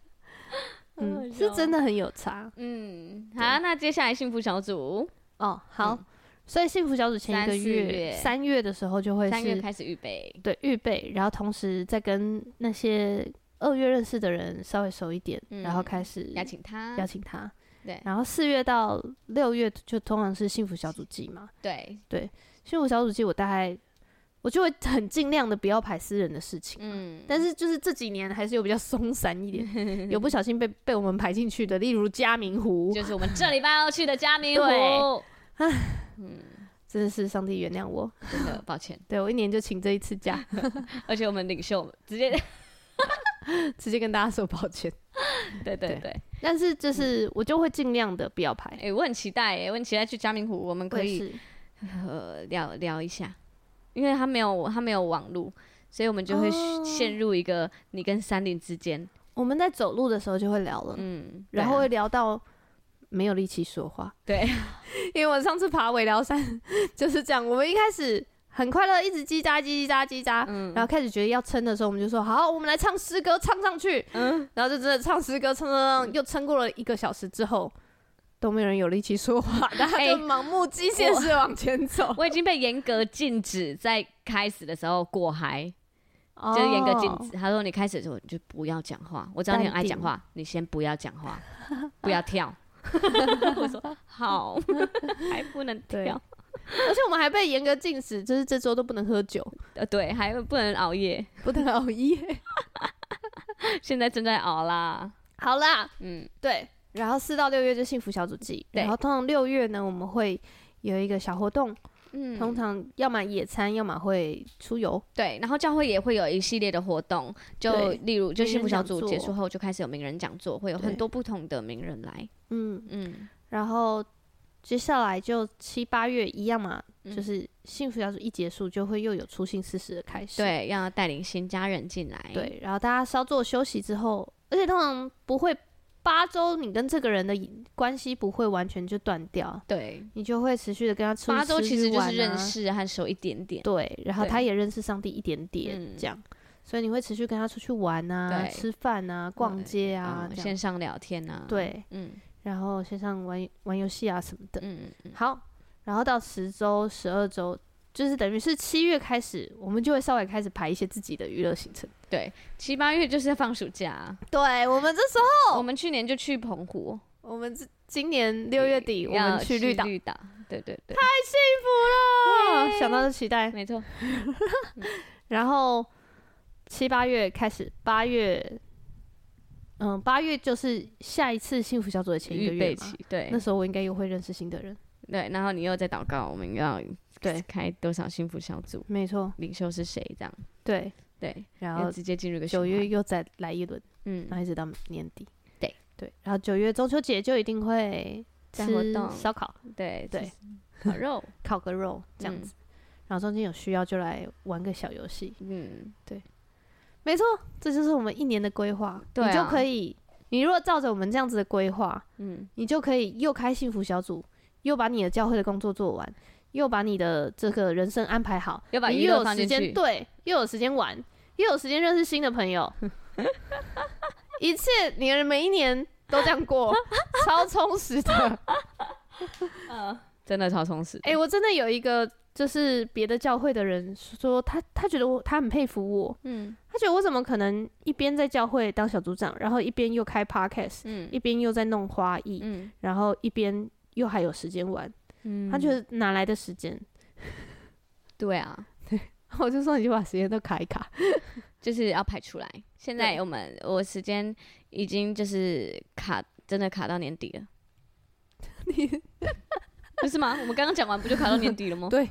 S1: 嗯，是真
S2: 的。
S1: 的很有差
S2: 嗯，好，那接下来幸福小组
S1: 哦。好，所以幸福小组前一个
S2: 三四
S1: 月
S2: 月
S1: 三月的时候就会
S2: 三月
S1: 是
S2: 开始预备。
S1: 对预备，然后同时再跟那些二月认识的人稍微熟一点，
S2: 嗯
S1: 然后开始
S2: 邀请他，
S1: 邀请他。
S2: 对
S1: 然后四月到六月就通常是幸福小组季嘛，
S2: 对，
S1: 幸福小组季我大概我就会很尽量的不要排私人的事情，
S2: 嗯，
S1: 但是就是这几年还是有比较松散一 点，有不小心被被我们排进去的，例如嘉明湖，
S2: 就是我们这礼拜要去的嘉明湖
S1: 对，真的是上帝原谅我，
S2: 真的抱歉，
S1: 对我一年就请这一次假，
S2: 而且我们领袖直接，
S1: 直接跟大家说抱歉。
S2: 对对
S1: 对
S2: 对，
S1: 但是就是我就会尽量的不要排，
S2: 哎，我很期待，哎，我很期待去嘉明湖，我们
S1: 我
S2: 可
S1: 也
S2: 以
S1: 是
S2: 呃聊聊一下，因为他没有他没有网路，所以我们就会
S1: 哦
S2: 陷入一个你跟山林之间，
S1: 我们在走路的时候就会聊了，
S2: 嗯，
S1: 然后
S2: 对
S1: 会
S2: 啊
S1: 聊到没有力气说话，
S2: 对，
S1: 因为我上次爬尾梁山就是这样，我们一开始。很快乐，一直叽喳叽喳叽喳，
S2: 嗯
S1: 然后开始觉得要撑的时候，我们就说好，我们来唱诗歌，唱上去，
S2: 嗯，
S1: 然后就真的唱诗歌，唱唱唱，又撑过了一个小时之后，都没有人有力气说话， 大家
S2: 哎
S1: 就盲目机械式地往前走，
S2: 我已经被严格禁止在开始的时候过嗨，
S1: 就
S2: 就是严格禁止。他说你开始的时候你就不要讲话，我知道你很爱
S1: 哦淡定
S2: 讲话，你先不要讲话， 不要跳。 我说好，还不能
S1: 对
S2: 跳，
S1: 而且我们还被严格禁止，就是这周都不能喝酒，
S2: 呃，对，还不能熬夜，
S1: 不能熬夜。
S2: 现在正在熬啦，
S1: 好啦，
S2: 嗯，
S1: 对，然后四到六月就幸福小组季，
S2: 对
S1: 然后通常六月呢，我们会有一个小活动，
S2: 嗯
S1: 通常要么野餐，要么会出游。
S2: 对，然后教会也会有一系列的活动，就
S1: 对
S2: 例如就
S1: 名
S2: 幸福
S1: 人
S2: 小
S1: 讲
S2: 组
S1: 座
S2: 结束后就开始有名人讲座，会有很
S1: 对
S2: 多不同的名人来，
S1: 嗯，
S2: 嗯，
S1: 然后接下来就七八月一样嘛，
S2: 嗯
S1: 就是幸福小组一结束，就会又有初心四十的开始。
S2: 对，要带领新家人进来，，
S1: 对，然后大家稍作休息之后，而且通常不会八周，你跟这个人的关系不会完全就断掉，
S2: 对，
S1: 你就会持续的跟他出
S2: 八周
S1: 吃
S2: 其实就
S1: 玩
S2: 是认
S1: 啊
S2: 识和熟一点点，
S1: 对，然后
S2: 对
S1: 他也认识上帝一点
S2: 嗯
S1: 点，这样，所以你会持续跟他出去玩啊、
S2: 对
S1: 吃饭啊、逛街啊
S2: 嗯，
S1: 这
S2: 线
S1: 样，
S2: 上聊天啊，，
S1: 对，
S2: 嗯
S1: 然后线上玩玩游戏啊什么的。
S2: 嗯嗯，
S1: 好，然后到十周、十二周，就是等于是七月开始，我们就会稍微开始排一些自己的娱乐行程。
S2: 对，七八月就是要放暑假，啊
S1: 对我们这时候，
S2: 我们去年就去澎湖，
S1: 我们这今年六月底我
S2: 要
S1: 们去绿岛，
S2: 绿岛，对对对，
S1: 哇想到就期待。
S2: 没错，
S1: 然后七八月开始，八月，嗯，八月就是下一次幸福小组的前一个
S2: 预
S1: 月
S2: 备
S1: 嘛
S2: 期，对
S1: 那时候我应该又会认识新的人。
S2: 对，然后你又在祷告，我们要
S1: 对
S2: 开多少幸福小组。
S1: 没错，
S2: 领袖是谁这样。
S1: 对。
S2: 对，
S1: 然
S2: 然后
S1: 后
S2: 直接进入一个循
S1: 九
S2: 环
S1: 月，又再来一轮，
S2: 嗯，
S1: 然后一直到年底。
S2: 对
S1: 对，然后九月中秋节就一定会
S2: 在活
S1: 吃
S2: 动
S1: 烧烤，
S2: 对
S1: 嗯对，
S2: 烤肉，
S1: 烤个肉这样
S2: 嗯
S1: 子。然后中间有需要就来玩个小游戏，
S2: 嗯，
S1: 没错，这就是我们一年的规划。
S2: 对
S1: 你就
S2: 啊
S1: 可以，你如果照着我们这样子的规划，
S2: 嗯，
S1: 你就可以又开幸福小组，又把你的教会的工作做完，又把你的这个人生安排好，
S2: 要把
S1: 你
S2: 娱
S1: 又
S2: 乐
S1: 有
S2: 放
S1: 时
S2: 进
S1: 间
S2: 去，
S1: 对，又有时间玩，又有时间认识新的朋 友，一切你的每一年都这样 过，超充实的。
S2: 嗯，真的超充实。
S1: 哎、我真的有一个就是别的教会的人说他他觉得我他很佩服我，
S2: 嗯
S1: 他觉得我怎么可能一边在教会当小组长，然后一边又开 podcast，
S2: 嗯
S1: 一边又在弄花艺，
S2: 嗯
S1: 然后一边又还有时间玩。
S2: 嗯
S1: 他觉得哪来的时间？
S2: 对啊，
S1: 我就说你就把时间都卡一 卡。
S2: 就是要排出来。现在
S1: 对
S2: 我们我时间已经就是卡，真的卡到年底 了。不是吗？我们刚刚讲完不就卡到年底了吗？
S1: 对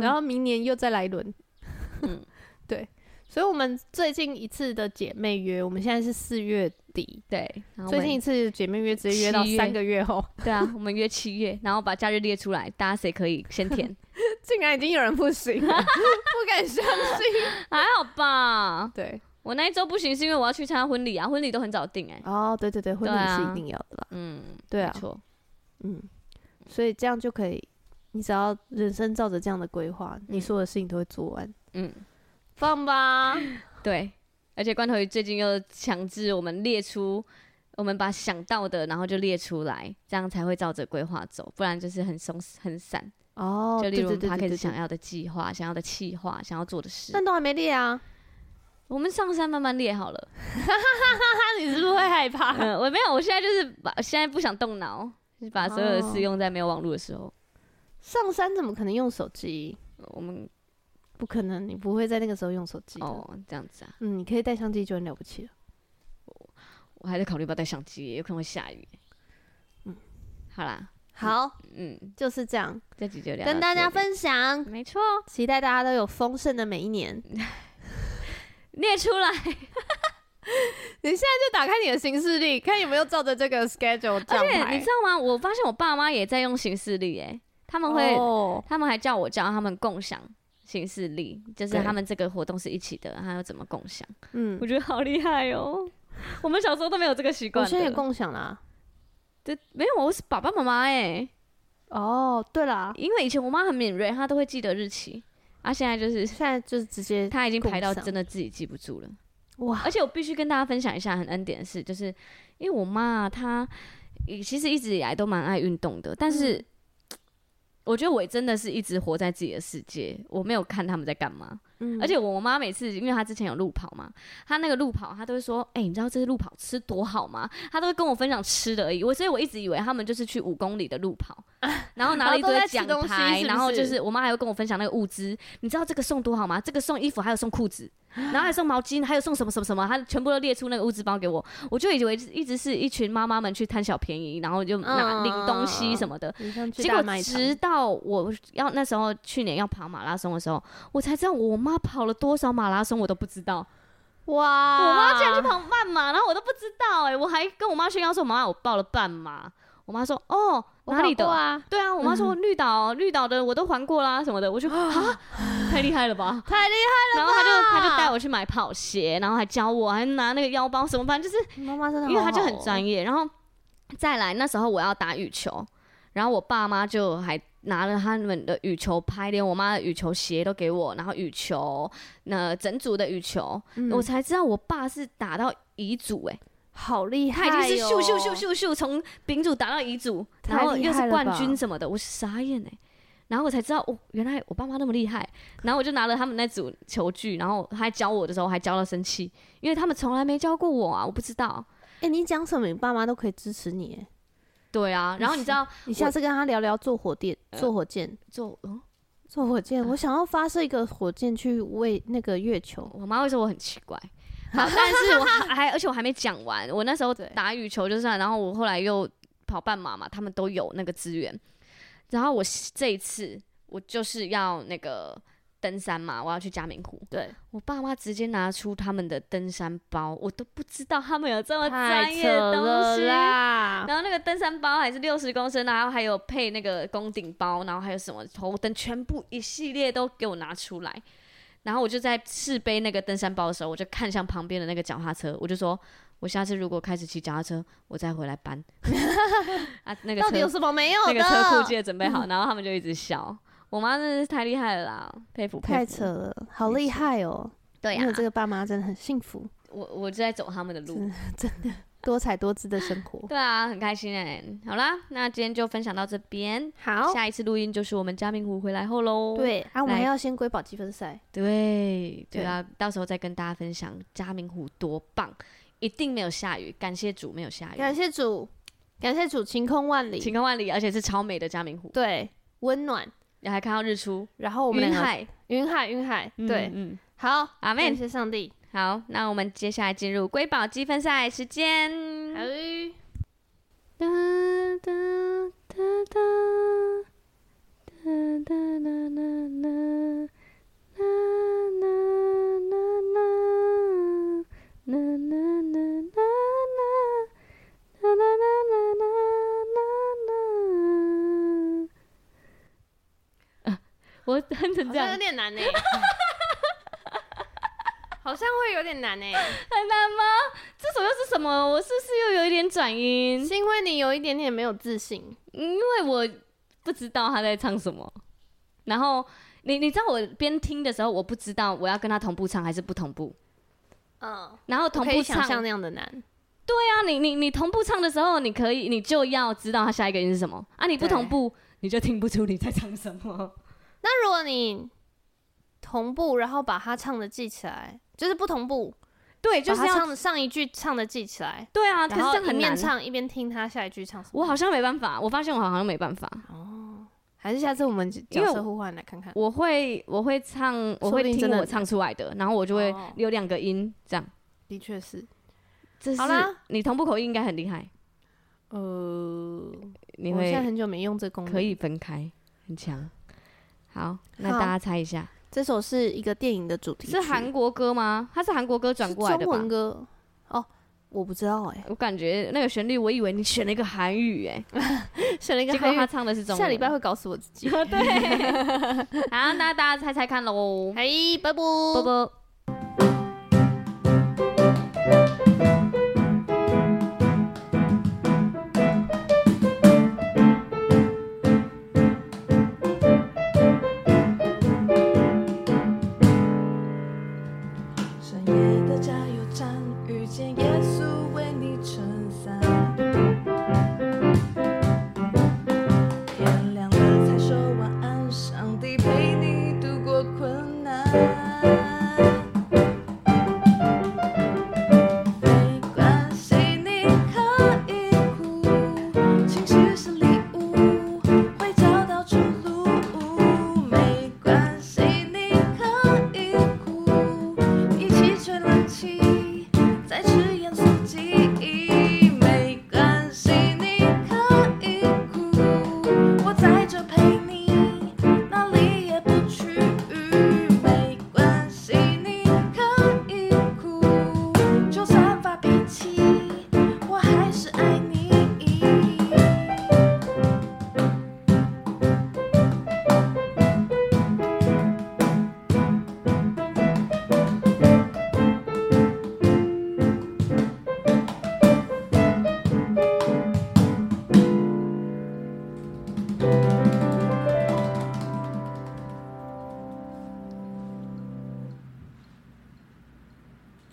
S1: 然后明年又再来一轮。
S2: 嗯
S1: 嗯，对。所以我们最近一次的姐妹约，我们现在是四月底，
S2: 对，然后我
S1: 最
S2: 们
S1: 近一次姐妹约直接约到
S2: 七月
S1: 三个月后，
S2: 对啊，我们约七月，然后把假日列出来，大家谁可以 先填？
S1: 竟然已经有人不行 了，不敢相信。
S2: 还好吧，
S1: 对，
S2: 我那一周不行，是因为我要去参加婚礼啊，婚礼都很早定哎、
S1: 哦，对对对，婚
S2: 对
S1: 礼
S2: 啊
S1: 是一定要的啦。
S2: 嗯，
S1: 对
S2: 没
S1: 啊，
S2: 错，
S1: 嗯，所以这样就可以，你只要人生照着这样的规划，你所有的事情都会做完。
S2: 嗯，
S1: 嗯放吧，
S2: 对。而且罐头鱼最近又强制我们列出，我们把想到的，然后就列出来，这样才会照着规划走，不然就是很松很散。
S1: 哦，对
S2: 就例如我
S1: 对
S2: 们
S1: 对
S2: 他开
S1: 对
S2: 始
S1: 对，
S2: 想要的计划、想要的计划、想要做的事，
S1: 但都还没列啊，
S2: 我们上山慢慢列好了。
S1: 那你是不是会害怕？
S2: 嗯，我没有，我现在就是把现在不想动脑，就是把所有的事
S1: 哦
S2: 用在没有网络的时候。
S1: 上山怎么可能用手机？
S2: 我们
S1: 不可能，你不会在那个时候用手机的。
S2: 哦这样子啊，
S1: 嗯，你可以带相机就很了不起了。
S2: 我还在考虑要不要带相机，有可能会下雨。嗯
S1: 嗯，
S2: 好啦，
S1: 好，
S2: 嗯，
S1: 就是这样，
S2: 这集就聊到
S1: 跟大家
S2: 这里，
S1: 分享，
S2: 没错，
S1: 期待大家都有丰盛的每一年。你
S2: 列出 来，
S1: 现在就打开你的行事历，看有没有照着这个 schedule 这
S2: 而
S1: 样
S2: 且
S1: 排
S2: 你知道吗？我发现我爸妈也在用行事历，哎，他们会，
S1: 哦
S2: 他们还叫我教他们共享。行事历就是
S1: 对
S2: 他们这个活动是一起的，还有怎么共享，
S1: 嗯
S2: 我，觉得好厉害哦！ 我们小时候都没有这个习
S1: 我
S2: 惯
S1: 现在也
S2: 的，
S1: 共享啦。
S2: 对，没有，我是爸爸妈妈哎，
S1: 哦，对啦，
S2: 因为以前我妈很敏锐，她都会记得日期，啊，现在就是
S1: 现在就是直接
S2: 他已经排到
S1: 共享
S2: 真的自己记不住了。
S1: 哇，
S2: 而且我必须跟大家分享一下很恩典的事，就是因为我妈啊她也其实一直以来都蛮爱运动的，但是、我觉得我真的是一直活在自己的世界，我没有看他们在干嘛。
S1: 嗯
S2: 而且我妈每次，因为她之前有路跑嘛，她那个路跑，她都会说：“哎、你知道这次路跑吃多好吗？”她都会跟我分享吃的而已。我所以我一直以为他们就是去五公里的路 跑，然后拿了一堆
S1: 然后都在吃
S2: 奖
S1: 东西
S2: 牌，
S1: 是不
S2: 然后就是是我妈还会跟我分享那个物资，你知道这个送多好吗？这个送衣服，还有送裤子，然后还送毛巾，还有送什么什么什么，她全部都列出那个物资包给我。我就以为一直是一群妈妈们去贪小便宜，然后就拿
S1: 嗯
S2: 领东西什么的。
S1: 你像
S2: 结
S1: 去
S2: 果
S1: 大卖场，
S2: 直到我要那时候去年要跑马拉松的时候，我才知道我妈跑了多少马拉松，我都不知道。
S1: 哇，
S2: 我妈竟然去跑
S1: 啊
S2: 半马，然后我都不知道哎、我还跟我妈炫耀说，妈，我报了半马。我妈说，哦，
S1: 我
S2: 哪里
S1: 跑
S2: 的？
S1: 过啊？
S2: 对啊，我妈说绿岛，绿岛的我都还过啦什么的，我就啊，太厉害了吧！
S1: 太厉
S2: 然后她就
S1: 吧
S2: 她就带我去买跑鞋，然后还教我，还拿那个腰包什么，反正就是
S1: 害，妈妈真的，
S2: 因为她就很专，业。然后再来那时候我要打羽球，然后我爸妈就还拿了他们的羽球拍，连我妈的羽球鞋都给我，然后羽球那整组的羽球，
S1: 嗯
S2: 我才知道我爸是打到乙组哎、
S1: 好厉害哦
S2: 他
S1: 哟，
S2: 已经是咻咻咻咻咻从丙组打到乙组，
S1: 太
S2: 然后
S1: 厉
S2: 又
S1: 害
S2: 是
S1: 了
S2: 冠
S1: 吧
S2: 军什么的，我傻眼哎、然后我才知道，哦，原来我爸妈那么厉害。然后我就拿了他们那组球具，然后他还教我的时候还教到生气，因为他们从来没教过我啊，我不知道。
S1: 哎，你讲什么，你爸妈都可以支持你哎。
S2: 对啊，然后你知道
S1: 你下次跟他聊聊坐火箭，
S2: 呃
S1: 坐火箭，
S2: 就、嗯
S1: 坐火箭。我想要发射一个火箭去为那个月球。
S2: 我妈会说我很奇 怪，好，但是我还还而且我还没讲完，我那时候打羽球就算，然后我后来又跑半马嘛，他们都有那个资源。然后我这一次我就是要那个登山嘛，我要去嘉明湖，
S1: 对，
S2: 我爸妈直接拿出他们的登山包，我都不知道他们有这么
S1: 太
S2: 专业
S1: 扯
S2: 的东
S1: 了
S2: 西。
S1: 啦！
S2: 然后那个登山包还是六十公升，然后还有配那个攻顶包，然后还有什么头灯，全部一系列都给我拿出来。然后我就在试背那个登山包的时候，我就看向旁边的那个脚踏车，我就说：“我下次如果开始骑脚踏车，我再回来搬。” 啊，那个
S1: 到底有
S2: 车
S1: 什么没有
S2: 那
S1: 的？嗯
S2: 个车库记得准备好。然后他们就一直笑，我妈真的是太厉害了啦，佩服佩 服。
S1: 太扯了，好厉害哦！
S2: 对啊
S1: 你
S2: 呀、
S1: 有这个爸妈真的很幸福，
S2: 我我就在走他们的路。
S1: 多彩多姿的生 活。
S2: 对啊，很开心哎、好啦，那今天就分享到这边。
S1: 好，
S2: 下一次录音就是我们嘉明湖回来后喽。
S1: 对啊，我们还
S2: 来
S1: 要先瑰宝积分赛。
S2: 对对啊，到时候再跟大家分享嘉明湖多棒，一定没有下雨，感谢主没有下
S1: 感
S2: 雨，
S1: 谢主，感谢主，晴空万里，
S2: 晴空万里，而且是超美的嘉明湖，
S1: 对，温暖。
S2: 你还看到日出，
S1: 然后我们
S2: 云
S1: 两个
S2: 海，
S1: 云海，云海，
S2: 嗯
S1: 对，
S2: 嗯，
S1: 好，
S2: 阿
S1: 感
S2: 妹，
S1: 谢上帝。
S2: 好，那我们接下来进入瑰宝积分赛时间。
S1: 哎
S2: 哒哒哒哒哒哒啦啦啦啦啦啦啦啦啦啦啦啦啦啦 啦啦。啊我哼
S1: 好
S2: 成这
S1: 像
S2: 样
S1: 有，点 难呢、好像会有点难呢、
S2: 很难吗？这首又是什么？我是不是又有一点转音？
S1: 是因为你有一点点没有自信。
S2: 因为我不知道他在唱什么，然后你你知道我边听的时候，我不知道我要跟他同步唱还是不同步，
S1: 嗯，
S2: 然后同
S1: 可
S2: 步
S1: 以
S2: 唱
S1: 想象
S2: 啊，
S1: 那样的难。
S2: 你你你同步唱的时候，你可以你就要知道他下一个音是什么啊，你不同步你就听不出你在唱什么，
S1: 那如果你同步，然后把它唱的记起来，就是不同步，
S2: 对，就是
S1: 把它
S2: 要
S1: 唱的上一句唱的记起来，
S2: 对啊，可
S1: 然
S2: 是
S1: 后
S2: 这样
S1: 一
S2: 很
S1: 面
S2: 难。
S1: 唱一边听他下一句唱什么。
S2: 我好像没办法，我发现我好像没办法，
S1: 还是下次我们
S2: 因
S1: 角
S2: 为
S1: 色互换来看看。
S2: 我会我会唱，我
S1: 说不
S2: 会
S1: 定真
S2: 听
S1: 的
S2: 我
S1: 很
S2: 唱出来的，然后我就会
S1: 哦
S2: 有两个音这样。
S1: 的确是，
S2: 这是
S1: 好啦
S2: 你同步口音应该很厉害，
S1: 呃，
S2: 你
S1: 我
S2: 会
S1: 现在很久没用这功能。
S2: 可，以分开，很强。好，那
S1: 好
S2: 大家猜一下，
S1: 这首是一个电影的主题曲，
S2: 是韩国歌吗？它是韩国歌转过来
S1: 是
S2: 的
S1: 中文
S2: 吧？
S1: 歌哦，我不知道哎、
S2: 我感觉那个旋律，我以为你选了一个韩语、欸，
S1: 选了一个
S2: 哎，结果
S1: 韩
S2: 他
S1: 语，
S2: 唱的是中文。
S1: 下礼拜会搞死我自 己。
S2: 对， 好，那大家猜猜看喽。
S1: 哎，拜拜，
S2: 波波，
S1: 拜拜。
S3: 拜。